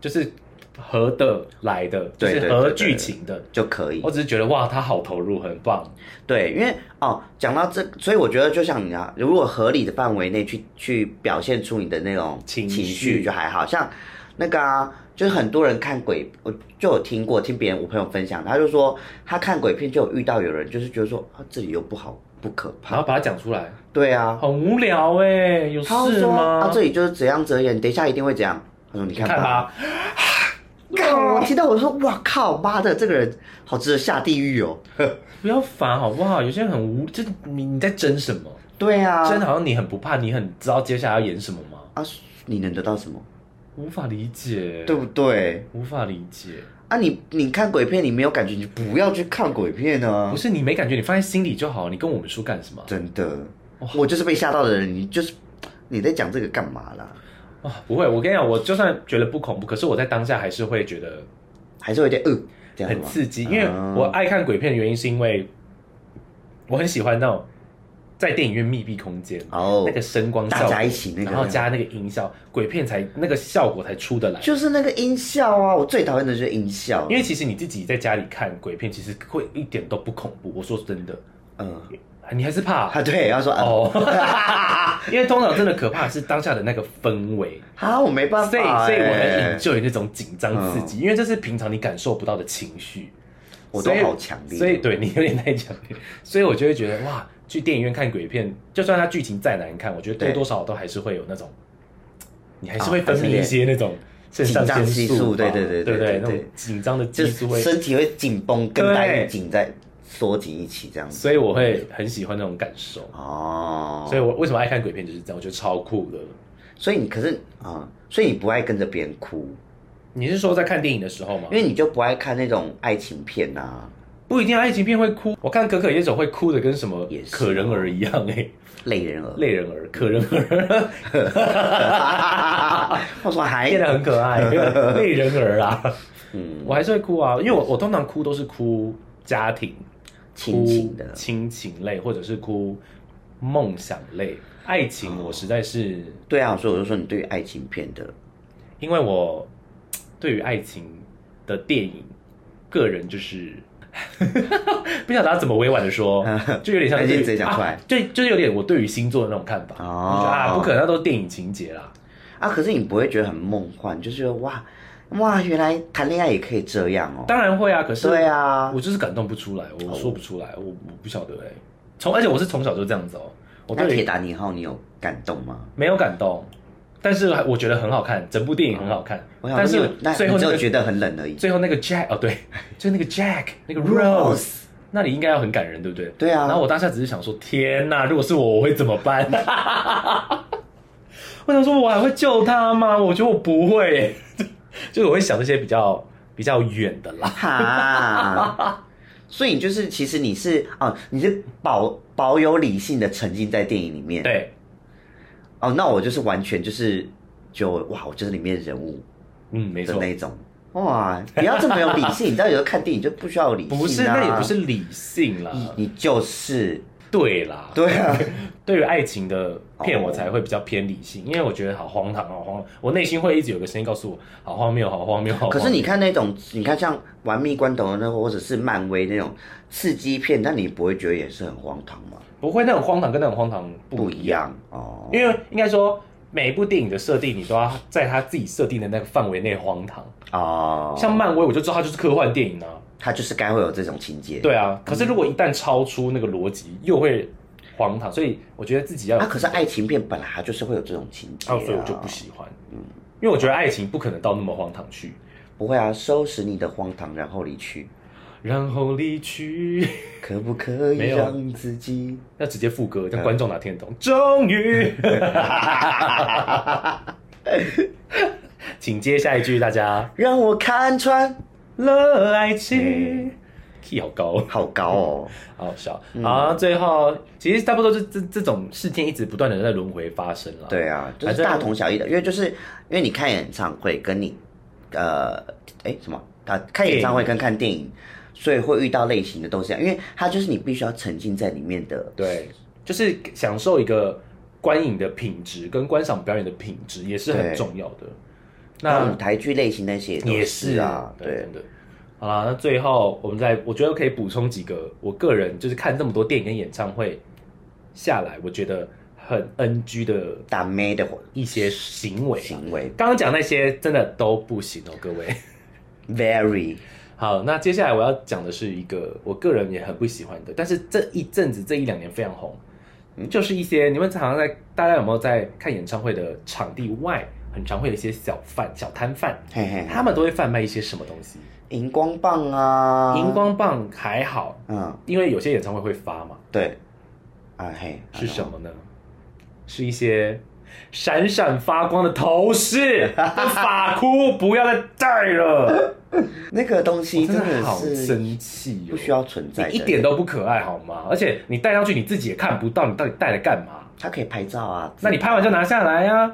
C: 就是合的来的，就
B: 对
C: 是
B: 对
C: 合
B: 对对
C: 剧情的，
B: 就可以
C: 我。只是觉得哇，他好投入，很棒，
B: 对，因为哦，讲到这，所以我觉得就像你啊，如果合理的范围内去去表现出你的那种
C: 情
B: 绪，
C: 绪
B: 就还好像那个啊，就是很多人看鬼，我就有听过听别人我朋友分享，他就说他看鬼片就有遇到有人就是觉得说啊这里又不好不可
C: 然
B: 怕，
C: 后把它讲出来，
B: 对啊，
C: 很无聊哎，有
B: 他
C: 事
B: 说啊
C: 吗？
B: 这里就是怎样怎样，等一下一定会怎样，他说你看
C: 看 吧，
B: 干我听到我说哇靠妈的这个人好值得下地狱哦，
C: 不要烦好不好？有些人很无，就是你你在争什么？
B: 对啊，
C: 真的好像你很不怕，你很知道接下来要演什么吗？
B: 啊你能得到什么，
C: 无法理解，
B: 对，不对？
C: 无法理解。
B: 啊你，你看鬼片，你没有感觉，你就不要去看鬼片啊
C: 不！是你没感觉，你放在心里就好。你跟我们说干什么？
B: 真的，我就是被吓到的人，你就是你在讲这个干嘛啦？
C: 哇、啊不会，我跟你讲，我就算觉得不恐怖，可是我在当下还是会觉得
B: 还是有点呃，这样子
C: 很
B: 吗？
C: 刺激，
B: 嗯
C: 因为我爱看鬼片的原因是因为我很喜欢那种在电影院密闭空间。
B: 哦，
C: 那个声光效果，
B: 大家一起那个
C: 然后加那个音效，鬼片才那个效果才出得来。
B: 就是那个音效啊，我最讨厌的就是音效，
C: 因为其实你自己在家里看鬼片，其实会一点都不恐怖。我说真的，
B: 嗯
C: 你还是怕
B: 啊对，要说啊、
C: 哦， 因为通常真的可怕的是当下的那个氛围，
B: 啊，我没办
C: 所以
B: 法、欸，嗯
C: 所以我很 enjoy 那种紧张刺激，因为这是平常你感受不到的情绪。
B: 我
C: 所以
B: 都好强烈哦
C: 所以对你有点太强烈， 所以我就会觉得哇，去电影院看鬼片，就算它剧情再难看，我觉得多
B: 对
C: 多少少都还是会有那种，你还是
B: 啊
C: 会分
B: 还是
C: 泌
B: 得
C: 一些那种肾上
B: 紧张
C: 腺
B: 激
C: 素
B: 素
C: 吧，
B: 对
C: 对
B: 对对
C: 对
B: 对对
C: 那种
B: 对
C: 紧张的激
B: 就
C: 素会
B: 是身体会紧绷，跟大
C: 对
B: 家紧在缩紧一起这样子。
C: 所以我会很喜欢那种感受。
B: 哦，
C: 所以我为什么爱看鬼片就是这样，我觉得超酷的。
B: 所以你可是啊、所以你不爱跟着别人哭，
C: 你是说在看电影的时候吗
B: 因？为你就不爱看那种爱情片啊，
C: 不一定爱情片会哭，我看《可可夜总》会哭的跟什么
B: 也是哦
C: 可人儿一样哎、
B: 类人儿。
C: 类人儿，可人儿
B: 我 说还
C: 变得很可 爱，类人儿啊，
B: 哎嗯
C: 我还是会哭啊，因为我我通常哭都是哭家庭、
B: 亲情的
C: 哭亲情类，或者是哭梦想类。爱
B: 哦
C: 情我实在是，
B: 对啊，所以我就说你对于爱情片的
C: 因为我对于爱情的电影，个人就是 不晓得要怎么委婉的说， 就有点像
B: 还是
C: 对于
B: 直接讲出来
C: 啊对，就是有点我对于星座的那种看法，我
B: 哦
C: 觉得啊，不可能，那都是电影情节啦。
B: 啊，可是你不会觉得很梦幻，就是觉得哇哇，原来谈恋爱也可以这样哦。
C: 当然会啊，可是
B: 对啊
C: 我，就是感动不出来，
B: 哦
C: 我说不出来，我我不晓得哎、从而且我是从小就这样子哦、我
B: 那铁
C: 对
B: 达尼号你有感动吗？
C: 没有感动，但是还我觉得很好看，整部电影很好看，
B: 哦我想
C: 但
B: 说
C: 是
B: 你有那
C: 最
B: 你
C: 后
B: 只
C: 那
B: 有
C: 个
B: 觉得很冷而已。
C: 最后那个 Jack 哦对，就那个 Jack 那个 Rose。那里应该要很感人，对不对？
B: 对啊
C: 然后我当下只是想说，天哪！如果是我，我会怎么办？ 我想说，我还会救他吗？我觉得我不会耶， 就是我会想这些比较比较远的啦。
B: 哈， 所以你就是其实你是哦，你是保保有理性的沉浸在电影里面。
C: 对，
B: 哦，那我就是完全就是就哇，我就是里面人物
C: 嗯，没
B: 的
C: 错。
B: 那种。哇，不要这么有理性，你知道有时候看电影就不需要有理性、啊，
C: 不是，那也不是理性啦。
B: 你，你就是
C: 对啦，
B: 对 啊，
C: 对于爱情的片，
B: 哦
C: 我才会比较偏理性，因为我觉得好荒唐，好荒，我内心会一直有个声音告诉我，好荒谬，好荒谬，好荒
B: 可
C: 谬。
B: 是你看那种，你看像《玩命关头》那个，或者是漫威那种刺激片，那你不会觉得也是很荒唐吗？
C: 不会那种荒唐跟那种荒唐不
B: 不
C: 一
B: 一
C: 样，
B: 样哦，
C: 因为应该说每一部电影的设定，你都要在他自己设定的那个范围内荒唐。
B: 哦，
C: 像漫威，我就知道它就是科幻电影啊，
B: 它就是该会有这种情节。
C: 对啊。可是如果一旦超出那个逻辑，又会荒唐，所以我觉得自己要有
B: 啊，可是爱情片本来它就是会有这种情节、啊嗯
C: 啊，所以我就不喜欢，因为我觉得爱情不可能到那么荒唐去，
B: 不会啊，收拾你的荒唐，然后离去，
C: 然后离去，
B: 可不可以
C: 没有
B: 让自己？
C: 要直接副歌，让观众哪听得懂？终 于，请接下一句，大家
B: 让我看穿，
C: 热爱情，key 哎好高。
B: 好高哦！
C: 好笑、啊！最后其实差不多就这这种事件一直不断的在轮回发生了。
B: 对啊，就
C: 反
B: 是
C: 正
B: 大同小异的，因为就是因为你看演唱会跟你，呃，哎什么啊，看演唱会跟看电影，所以会遇到类型的都是这样，因为它就是你必须要沉浸在里面的，
C: 对，就是享受一个观影的品质跟观赏表演的品质也是很
B: 对
C: 重要的。
B: 那
C: 那
B: 舞台剧类型那些也都
C: 也
B: 是啊，
C: 对，
B: 对
C: 真的。好啦，那最后我们再，我觉得可以补充几个，我个人就是看这么多电影跟演唱会下来，我觉得很 NG 的
B: 打妹的
C: 一些行为啊。
B: 行为
C: 刚刚讲那些真的都不行哦，各位。
B: ，very
C: 好，那接下来我要讲的是一个我个人也很不喜欢的，但是这一阵子这一两年非常红，
B: 嗯
C: 就是一些你们常常在大家有没有在看演唱会的场地外，很常会有一些小贩、小摊贩，
B: 嘿嘿嘿，
C: 他们都会贩卖一些什么东西？
B: 荧光棒啊，
C: 荧，光棒还好，
B: 嗯，
C: 因为有些演唱会会发嘛，
B: 对，啊嘿，
C: 是什
B: 么？
C: 么呢？是一些闪闪发光的头饰、跟发箍，不要再戴了，
B: 那个东西
C: 我
B: 真
C: 哦真
B: 的
C: 的好
B: 是
C: 生气、哦，
B: 不需要存在的，
C: 你一点都不可爱好吗？而且你戴上去你自己也看不到，你到底戴了干嘛？
B: 它可以拍照啊，
C: 那你拍完就拿下来啊，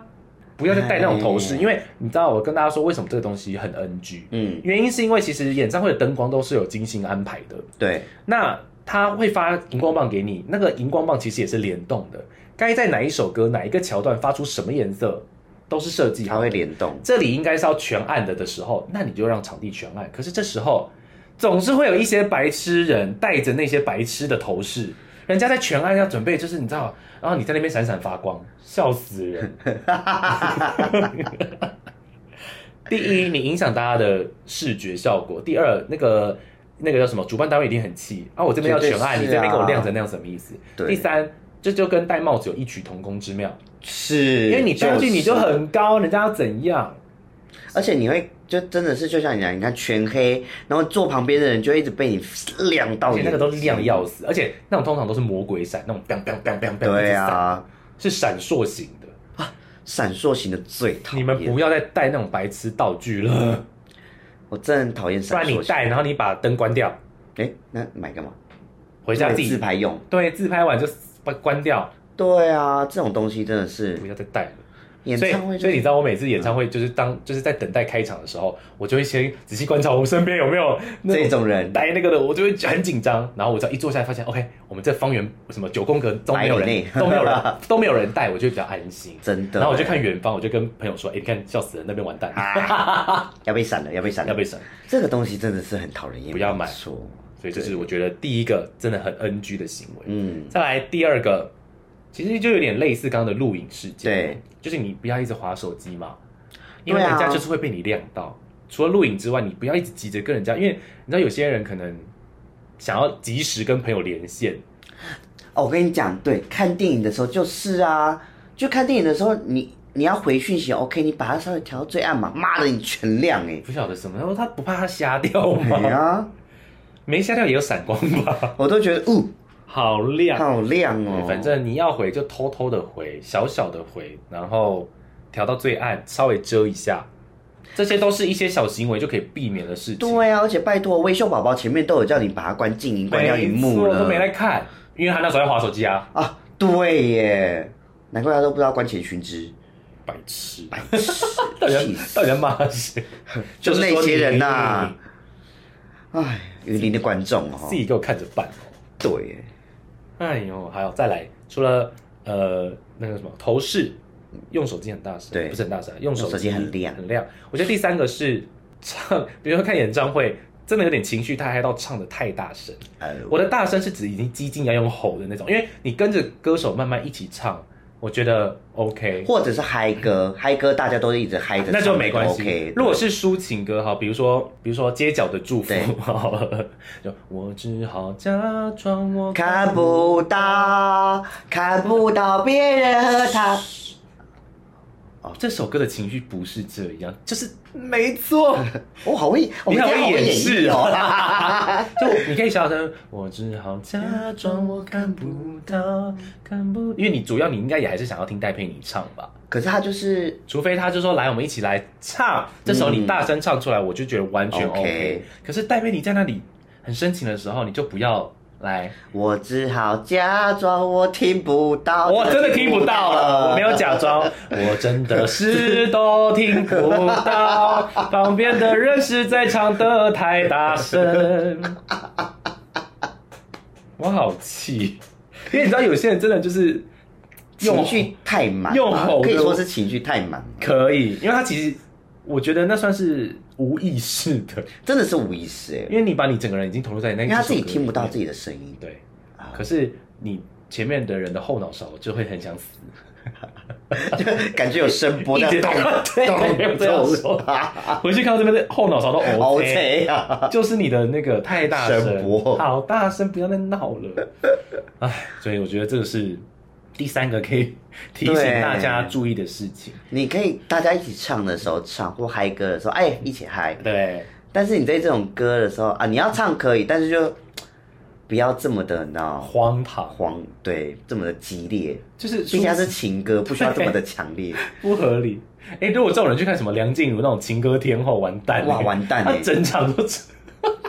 C: 不要再戴那种头饰，
B: 哎
C: 因为你知道我跟大家说为什么这个东西很 NG，
B: 嗯，
C: 原因是因为其实演唱会的灯光都是有精心安排的，
B: 对，
C: 那他会发荧光棒给你，那个荧光棒其实也是联动的，该在哪一首歌哪一个桥段发出什么颜色都是设计好的
B: 它会联动，
C: 这里应该是要全暗的的时候，那你就让场地全暗。可是这时候总是会有一些白痴人戴着那些白痴的头饰，人家在全暗要准备，就是你知道，然后你在那边闪闪发光，笑死人。 第一，你影响大家的视觉效果；第二，那个那个叫什么，主办单位一定很气啊！我这边要全暗，你
B: 绝对是啊
C: 这边给我亮成那样，什么意思？
B: 对
C: 第三，这就跟戴帽子有异曲同工之妙，
B: 是，
C: 因为你戴上去你就很高，人家要怎样？
B: 而且你会就真的是就像你讲，你看全黑，然后坐旁边的人就一直被你亮到
C: 而且
B: 眼，
C: 那个都亮得要死，而且那种通常都是魔鬼闪，那种 bang bang bang bang bang，
B: 对
C: 一直
B: 啊，
C: 闪，是闪烁型的。
B: 闪烁型的最讨
C: 你
B: 厌，
C: 们不要再带那种白痴道具了，
B: 我真的很讨 厌
C: 不
B: 闪
C: 然你
B: 烁型，
C: 带，然后你把灯关掉，
B: 哎，那买干嘛？
C: 回家
B: 买
C: 自己
B: 自拍用，
C: 对自拍完就关关掉，
B: 对啊，这种东西真的是
C: 不要再带了。
B: 演
C: 所以
B: 唱会，
C: 所以你知
B: 道，
C: 道我每次演唱会就是当就是在等待开场的时候，我就会先仔细观察我身边有没有那
B: 这种人
C: 带那个的，我就会很紧张。然后我只要一坐下来，发现 OK，我们这方圆什么九宫格都没有
B: 百里
C: 人
B: 内，
C: 都没有 人，都没有人带，我就会比较安心。
B: 真的，
C: 然后我就看远方，我就跟朋友说：“哎、你看，笑死人，那边完蛋，
B: 啊要被闪了，要被闪 了，
C: 要被闪。
B: 这个东西真的是很讨人厌，
C: 不要买
B: 说，”
C: 所以这是我觉得第一个真的很 NG 的行为。
B: 嗯，
C: 再来第二个，其实就有点类似刚刚的录影事件，
B: 对，
C: 就是你不要一直划手机嘛，因为
B: 对啊
C: 人家就是会被你亮到。除了录影之外，你不要一直急着跟人家，因为你知道有些人可能想要及时跟朋友连线，
B: 哦，我跟你讲，对，看电影的时候就是啊，就看电影的时候你。你要回讯息，OK？你把它稍微调到最暗嘛，妈的，你全亮哎、
C: 不晓得什么，他说他不怕他瞎掉
B: 对
C: 吗？
B: 啊，
C: 没瞎掉也有闪光吧，
B: 我都觉得，哦，
C: 好亮。
B: 好亮
C: 对
B: 哦。
C: 反正你要回就偷偷的回，小小的回，然后调到最暗，稍微遮一下，这些都是一些小行为就可以避免的事情。
B: 对啊，而且拜托，微秀宝宝前面都有叫你把它关静音、关掉荧幕
C: 没错都没
B: 了
C: 来看，因为他那时候在划手机啊，
B: 啊。对耶，难怪他都不知道关前须知，
C: 白痴， 啊到底
B: 气
C: 在
B: 死！
C: 到底在骂谁？
B: 就那些人呐、
C: 呐，
B: 哎，云林的观众哦
C: 自，己给我看着办哦。
B: 对耶，
C: 哎呦，还有再来，除了呃那个什么头饰，用手机很大声，
B: 对
C: 不是很大声，用手
B: 手机很亮
C: 很亮。我觉得第三个是唱， 比如说看演唱会，真的有点情绪太嗨到唱的太大声。
B: 呃，
C: 我的大声是指已经激进要用吼的那种，因为你跟着歌手慢慢一起唱，我觉得 OK，
B: 或者是嗨歌，嗨歌大家都是一直嗨着唱，
C: 那就没关系。
B: OK，
C: 如果是抒情歌哈，比如说比如说街角的祝福
B: 对
C: 好了， 就我只好假装我
B: 看不到，看不到别人和他。
C: 这首歌的情绪不是这样，就是没 错，
B: 我、哦好会，我
C: 你
B: 们
C: 好
B: 家好
C: 会
B: 会
C: 掩
B: 演
C: 饰
B: 绎哦。
C: 哦。就你可以小声，我只好假装我看不到，看不，因为你主要你应该也还是想要听戴佩妮唱吧。
B: 可是他就是
C: 除非他就说来，我们一起来唱，这时候你大声唱出来，我就觉得完全嗯
B: OK
C: OK。可是戴佩妮在那里很深情的时候，你就不要来，
B: 我只好假装我听不到，
C: 我真哦的听不到了，我没有假装， 我真的是都听不到，旁边的人是在唱的太大声， 我好气，因为你知道有些人真的就是
B: 呃情绪太满了，啊
C: 用吼的
B: 可以说是情绪太满了，
C: 可以，因为他其实我觉得那算是无意识的。
B: 真的是无意识哎，
C: 因为你把你整个人已经投入在那，
B: 因为他自己听不到自。己的啊声音。
C: 对，可是你前面的人的后脑勺就会很想死，
B: 就感觉有声波在
C: 一直
B: 动
C: 对
B: 动
C: 这样
B: 动
C: 说。回去看到这边的后脑勺都
B: O
C: OK，
B: K 啊，
C: 就是你的那个太大
B: 声
C: 声，
B: 波
C: 好大声，不要再闹 了。唉，所以我觉得这个是第三个可以提醒
B: 对
C: 大家注意的事 情。
B: 你可以大家一起唱的时候唱，或嗨歌的时候，哎，一起嗨。
C: 对，
B: 但是你在这种歌的时候啊，你要唱可以，但是就不要这么的，你知道
C: 荒唐
B: 慌，对，这么的激烈。
C: 就是
B: 毕竟它是情歌，不需要这么的强 烈。
C: 不合理。哎、如果这种人去看什么梁静茹那种情歌天后，完蛋、
B: 哇完蛋
C: 他
B: 欸
C: 整场都。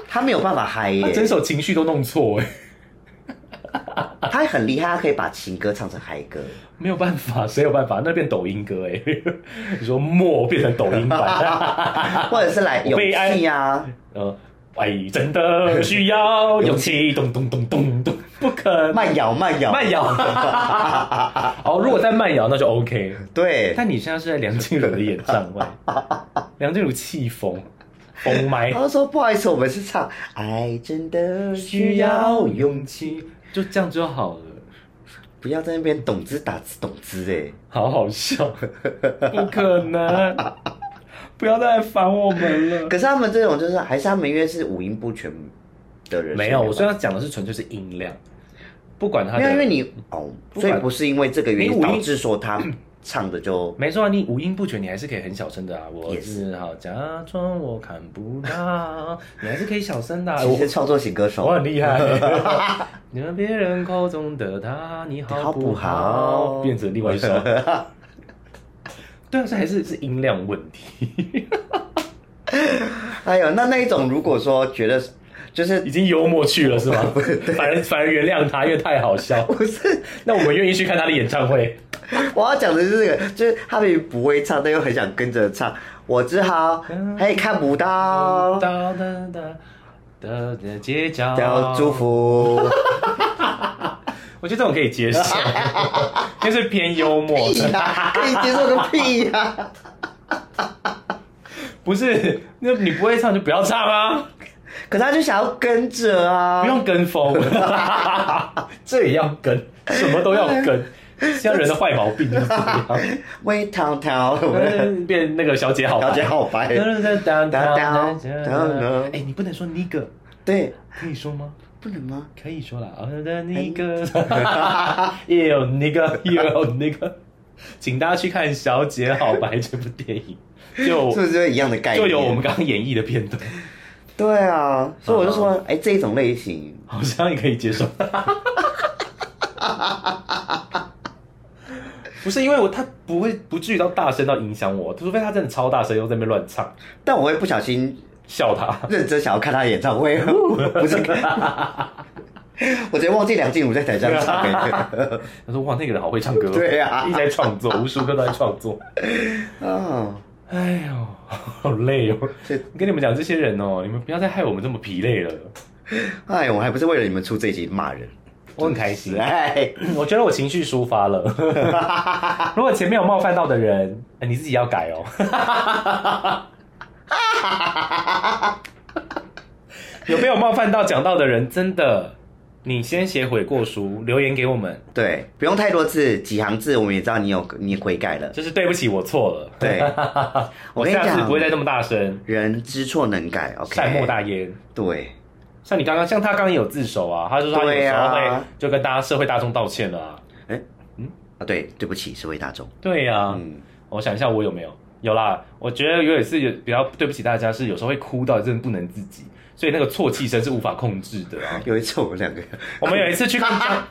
B: 他没有办法嗨
C: 他
B: 耶、
C: 啊整首情绪都弄错哎，
B: 他很厉害，他可以把情歌唱成嗨歌。
C: 没有办法，谁有办法？那变抖音歌哎， 你说默变成抖音版，
B: 或者是来
C: 啊我
B: 勇
C: 被爱
B: 气啊，
C: 呃，哎，真的需要勇气，咚咚咚咚咚，不可 能
B: 慢摇慢摇
C: 慢 摇，哦，如果在慢摇那就 OK，
B: 对，
C: 但你现在是在梁静茹的演唱 会，梁静茹气疯，疯麦
B: 然后说不好意思，我们是唱爱真的需
C: 需
B: 要
C: 要
B: 勇，
C: 勇气，就这样就好了。
B: 不要在那边懂之打之懂之哎。
C: 好好笑，不可能！不要再来烦我们了。
B: 可是他们这种就是还是他们因为是五音不全的人，
C: 没有，我
B: 所
C: 虽然讲的是纯粹是音量，不管他
B: 没
C: 的，
B: 有因为你哦，
C: 不
B: 所
C: 管
B: 以不是因为这个原
C: 你
B: 因
C: 五音
B: 导致说他 唱的就
C: 没错啊，你五音不全，你还是可以很小声的啊。我
B: 也是
C: 只好假装我看不到，你还是可以小声的、啊。
B: 其实
C: 我
B: 创作型歌手
C: 我很厉 害，你和别人口中的他，你好不
B: 好不
C: 好？
B: 好
C: 变成另 外一首。对啊，这还是是音量问题，
B: 哎呦，那那一种如果说觉得就是
C: 已经幽默去了是 吗？反而反而原谅他，因为太好笑。
B: 不是
C: 那我们愿意去看他的演唱会。
B: 我要讲的是这个，就是他们也不会唱，但又很想跟着唱。我只好
C: 嗯
B: 嘿看不到，
C: 哒哒哒哒的街角，
B: 要祝。 福。
C: 我觉得这种可以接受，就是偏幽默
B: 屁
C: 的，
B: 哎呀、可以接受个屁呀、
C: 不是？那你不会唱就不要唱啊，
B: 可是他就想要跟着啊，
C: 不用跟风，这也要跟，什么都要跟。现在人的坏毛病就是这样，
B: 喂涛涛，
C: 变那个小姐好白，
B: 小姐好白
C: 哒哒哒哒哒
B: 哒
C: 哒
B: 哒
C: 哎，你不能说那个，
B: 对，
C: 可以说吗？
B: 不能 吗？
C: 可以说了，我的那个，也有那个，也有那个，请大家去看《小姐好白》这部电影，就是
B: 不是一样的概念？
C: 就有我们刚刚演绎的片段，
B: 对
C: 嗯
B: 啊，所以我就说，哎、这一种类型，
C: 好像也可以接 受。不是因为我他不会不至于到大声到影响我，除非他真的超大声又在那边乱唱，
B: 但我会不小心
C: 笑他。
B: 认真想要看他的演唱
C: 嗯
B: 会， 不是。我直接忘记梁静茹在台上唱、 哎
C: 他说哇那个人好会唱歌哦，
B: 对啊
C: 一直在创作，无时无刻都在创作。
B: 哦，
C: 哎呦，好累哦！
B: 这
C: 跟你们讲，这些人哦，你们不要再害我们这么疲累了。
B: 哎，我还不是为了你们出这一集骂人，
C: 我很开心，啊
B: 哎，
C: 我觉得我情绪抒发 了。如果前面有冒犯到的人，哎你自己要改哦。 有没有冒犯到讲到的人，真的你先写悔过书，留言给我们，
B: 对，不用太多字，几行字我们也知道你有你悔改了。
C: 就是对不起，我错了。
B: 对， 我
C: 我
B: 跟你
C: 下次
B: 讲，
C: 不会再那么大声，
B: 人知错能改，OK。
C: 善莫大焉。
B: 对，
C: 像你刚刚，像他刚刚也有自首啊，他就说他有
B: 对
C: 时
B: 啊
C: 候会就跟大家社会大众道歉了啊。
B: 啊对，对不起，社会大众。
C: 对啊呀、
B: 嗯，
C: 我想一下，我有没有？有啦，我觉得有一次有比较对不起大家，是有时候会哭到真的不能自己，所以那个啜泣声是无法控制的啊。
B: 有一次我们两个，
C: 我们有一次去看 张，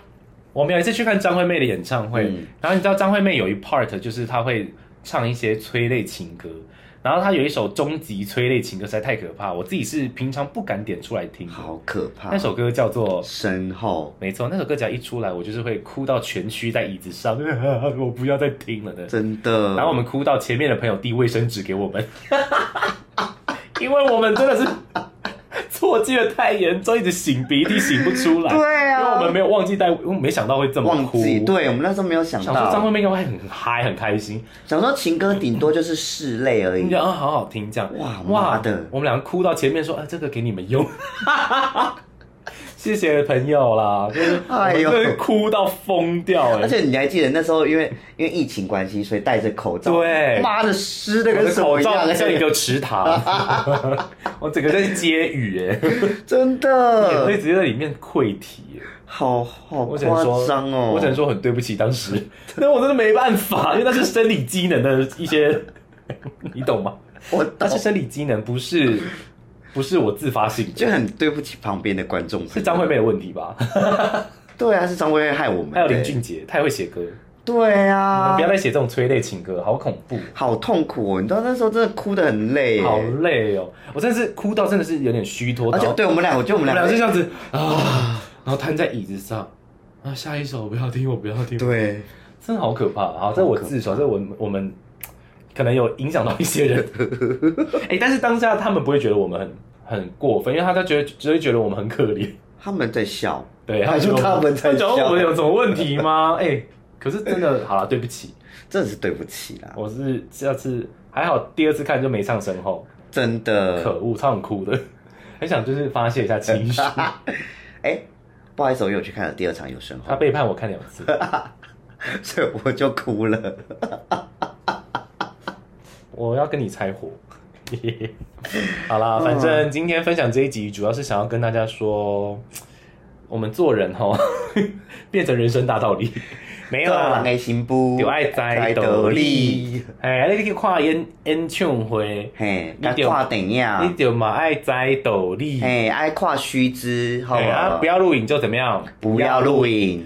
C: 我们有一次去看张惠妹的演唱会，
B: 嗯
C: 然后你知道张惠妹有一 part 就是她会唱一些催泪情歌，然后她有一首终极催泪情歌实在太可怕，我自己是平常不敢点出来听的。
B: 好可怕。
C: 那首歌叫做
B: 身后，
C: 没错，那首歌只要一出来，我就是会哭到蜷曲在椅子上， 我不要再听了的。
B: 真的。
C: 然后我们哭到前面的朋友递卫生纸给我们， 因为我们真的是错记的太严重，一直擤鼻涕擤不出来。
B: 对啊
C: 因为我们没有忘记带，因为没想到会这么
B: 忘
C: 哭。
B: 记，，对啊我们那时候没有想
C: 想说张惠
B: 到，
C: 妹应该会很嗨很开心，
B: 想说情歌顶多就是室泪而
C: 你
B: 已
C: 讲。啊好好听这样。
B: 哇妈
C: 哇
B: 的
C: 我们两个哭到前面说啊这个给你们用。 谢谢朋友啦，就是
B: 哎呦
C: 我们真的哭到疯掉哎、
B: 而且你还记得那时候，因为因为疫情关系，所以戴着口罩，
C: 对
B: 妈的湿的
C: 我
B: 跟
C: 的
B: 什
C: 口
B: 么一
C: 罩
B: 样，
C: 像一个池塘， 我整个在接雨哎、
B: 真
C: 也会
B: 的
C: 直接在里面溃体耶。
B: 好好
C: 我只能
B: 夸
C: 说，
B: 张哦。
C: 我只能说很对不起当时， 那我真的没办法，因为那是生理机能的一 些，你懂吗？
B: 我
C: 那是生理机能，不是不是我自发性
B: 就
C: 的，
B: 很对不起旁边的观众，
C: 是张惠妹的问题吧？
B: 对啊，是张惠妹害我们，
C: 还有林俊杰，太会写歌，
B: 对，对啊
C: 不，要再写这种催泪情歌，好恐怖，
B: 好痛苦哦！你知道那时候真的哭得很累耶，
C: 好累哦！我真的是哭到真的是有点虚脱，
B: 而
C: 然
B: 且
C: 后
B: 对我们俩，我觉得
C: 我
B: 我
C: 们
B: 们
C: 俩
B: 俩
C: 是这样子啊，然后瘫在椅子上啊，下一首我不要听，我不要听，
B: 对，
C: 真的好可怕啊！这我自首，这我我们可能有影响到一些 人。哎、但是当下他们不会觉得我们很很过分，因为他他觉得只会觉得我们很可怜。
B: 他们在笑，
C: 对，
B: 还是
C: 觉得
B: 哎他们在
C: 他觉得
B: 笑
C: 我们有什么问题吗？哎、可是真的，好了，对不起，
B: 真的是对不起啦，
C: 我是下次还好，第二次看就没唱身后，
B: 真的。
C: 可恶，超想哭的，很想就是发泄一下情 绪。
B: 哎，不好意思，我有去看了第二场有声
C: 他
B: 后，
C: 背叛我看两次，啊
B: 所以我就哭了。
C: 我要跟你拆伙。 好啦，反正今天分享这一集，主要是想要跟大家说，我们做人吼， 变成人生大道理，没有
B: 做
C: 啦
B: 人，的心不
C: 有爱栽得力，，哎，你去看演演唱会，
B: 嘿，
C: 你
B: 该
C: 就
B: 看电
C: 你
B: 影，啊
C: 就嘛爱栽斗力，
B: 嘿，爱看须知，哎好
C: 哎
B: 不
C: 啊，
B: 好
C: 不？要录影就怎么样？
B: 不要录影，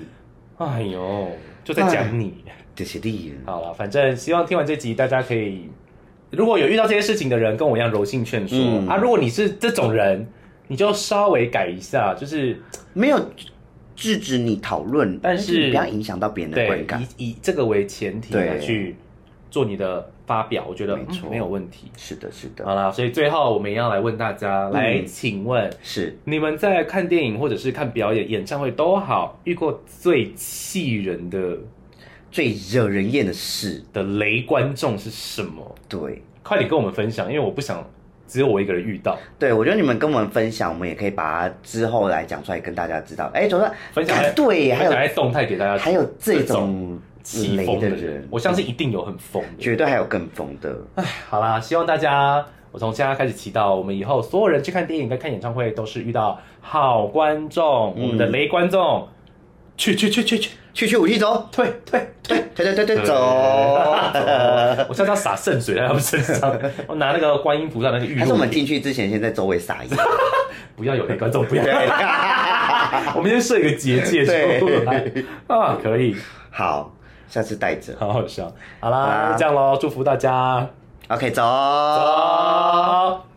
C: 哎呦，就在讲你。
B: 就是你。
C: 好了，反正希望听完这集，大家可以如果有遇到这些事情的人，跟我一样柔性劝说、
B: 嗯
C: 啊。如果你是这种人，你就稍微改一下，就是
B: 没有制止你讨论，
C: 但是
B: 你不要影响到别人的
C: 对
B: 观感。
C: 以以这个为前提
B: 对
C: 来去做你的发表，我觉得
B: 没
C: 没,、嗯、
B: 错
C: 没有问题。
B: 是的，是的，
C: 好啦，所以最后我们要来问大家，来，
B: 嗯
C: 请问
B: 是
C: 你们在看电影或者是看表演、演唱会都好，遇过最气人的
B: 最惹人厌的事。
C: 的雷观众是什么？
B: 对，
C: 快点跟我们分享，因为我不想只有我一个人遇到。
B: 对，我觉得你们跟我们分享，我们也可以把它之后来讲出来，跟大家知道。哎，总算
C: 分享在
B: 啊对，还
C: 分享
B: 有
C: 在动态给大家，
B: 还有这
C: 种
B: 种
C: 起
B: 雷
C: 风
B: 的
C: 的
B: 人
C: 人，，我相信一定有很疯的。
B: 绝对还有更疯的。
C: 好啦，希望大家，我从现在开始祈祷，我们以后所有人去看电影跟看演唱会，都是遇到好观众，
B: 嗯
C: 我们的雷观众，去去去去去，
B: 去去武器走，
C: 退退
B: 对
C: 退。
B: 对对对对， 走。
C: 我下次要洒圣水在他们身上，我拿那个观音菩萨那个玉
B: 还是
C: 露
B: 我们，进去之前先在周围撒一下。
C: 不要有雷观众，不要
B: 对，
C: 我们先设一个结界出来啊，可以，
B: 好，下次带着。
C: 好好笑。好
B: 好啦
C: 啦，这样喽，祝福大家。
B: OK，走。
C: 好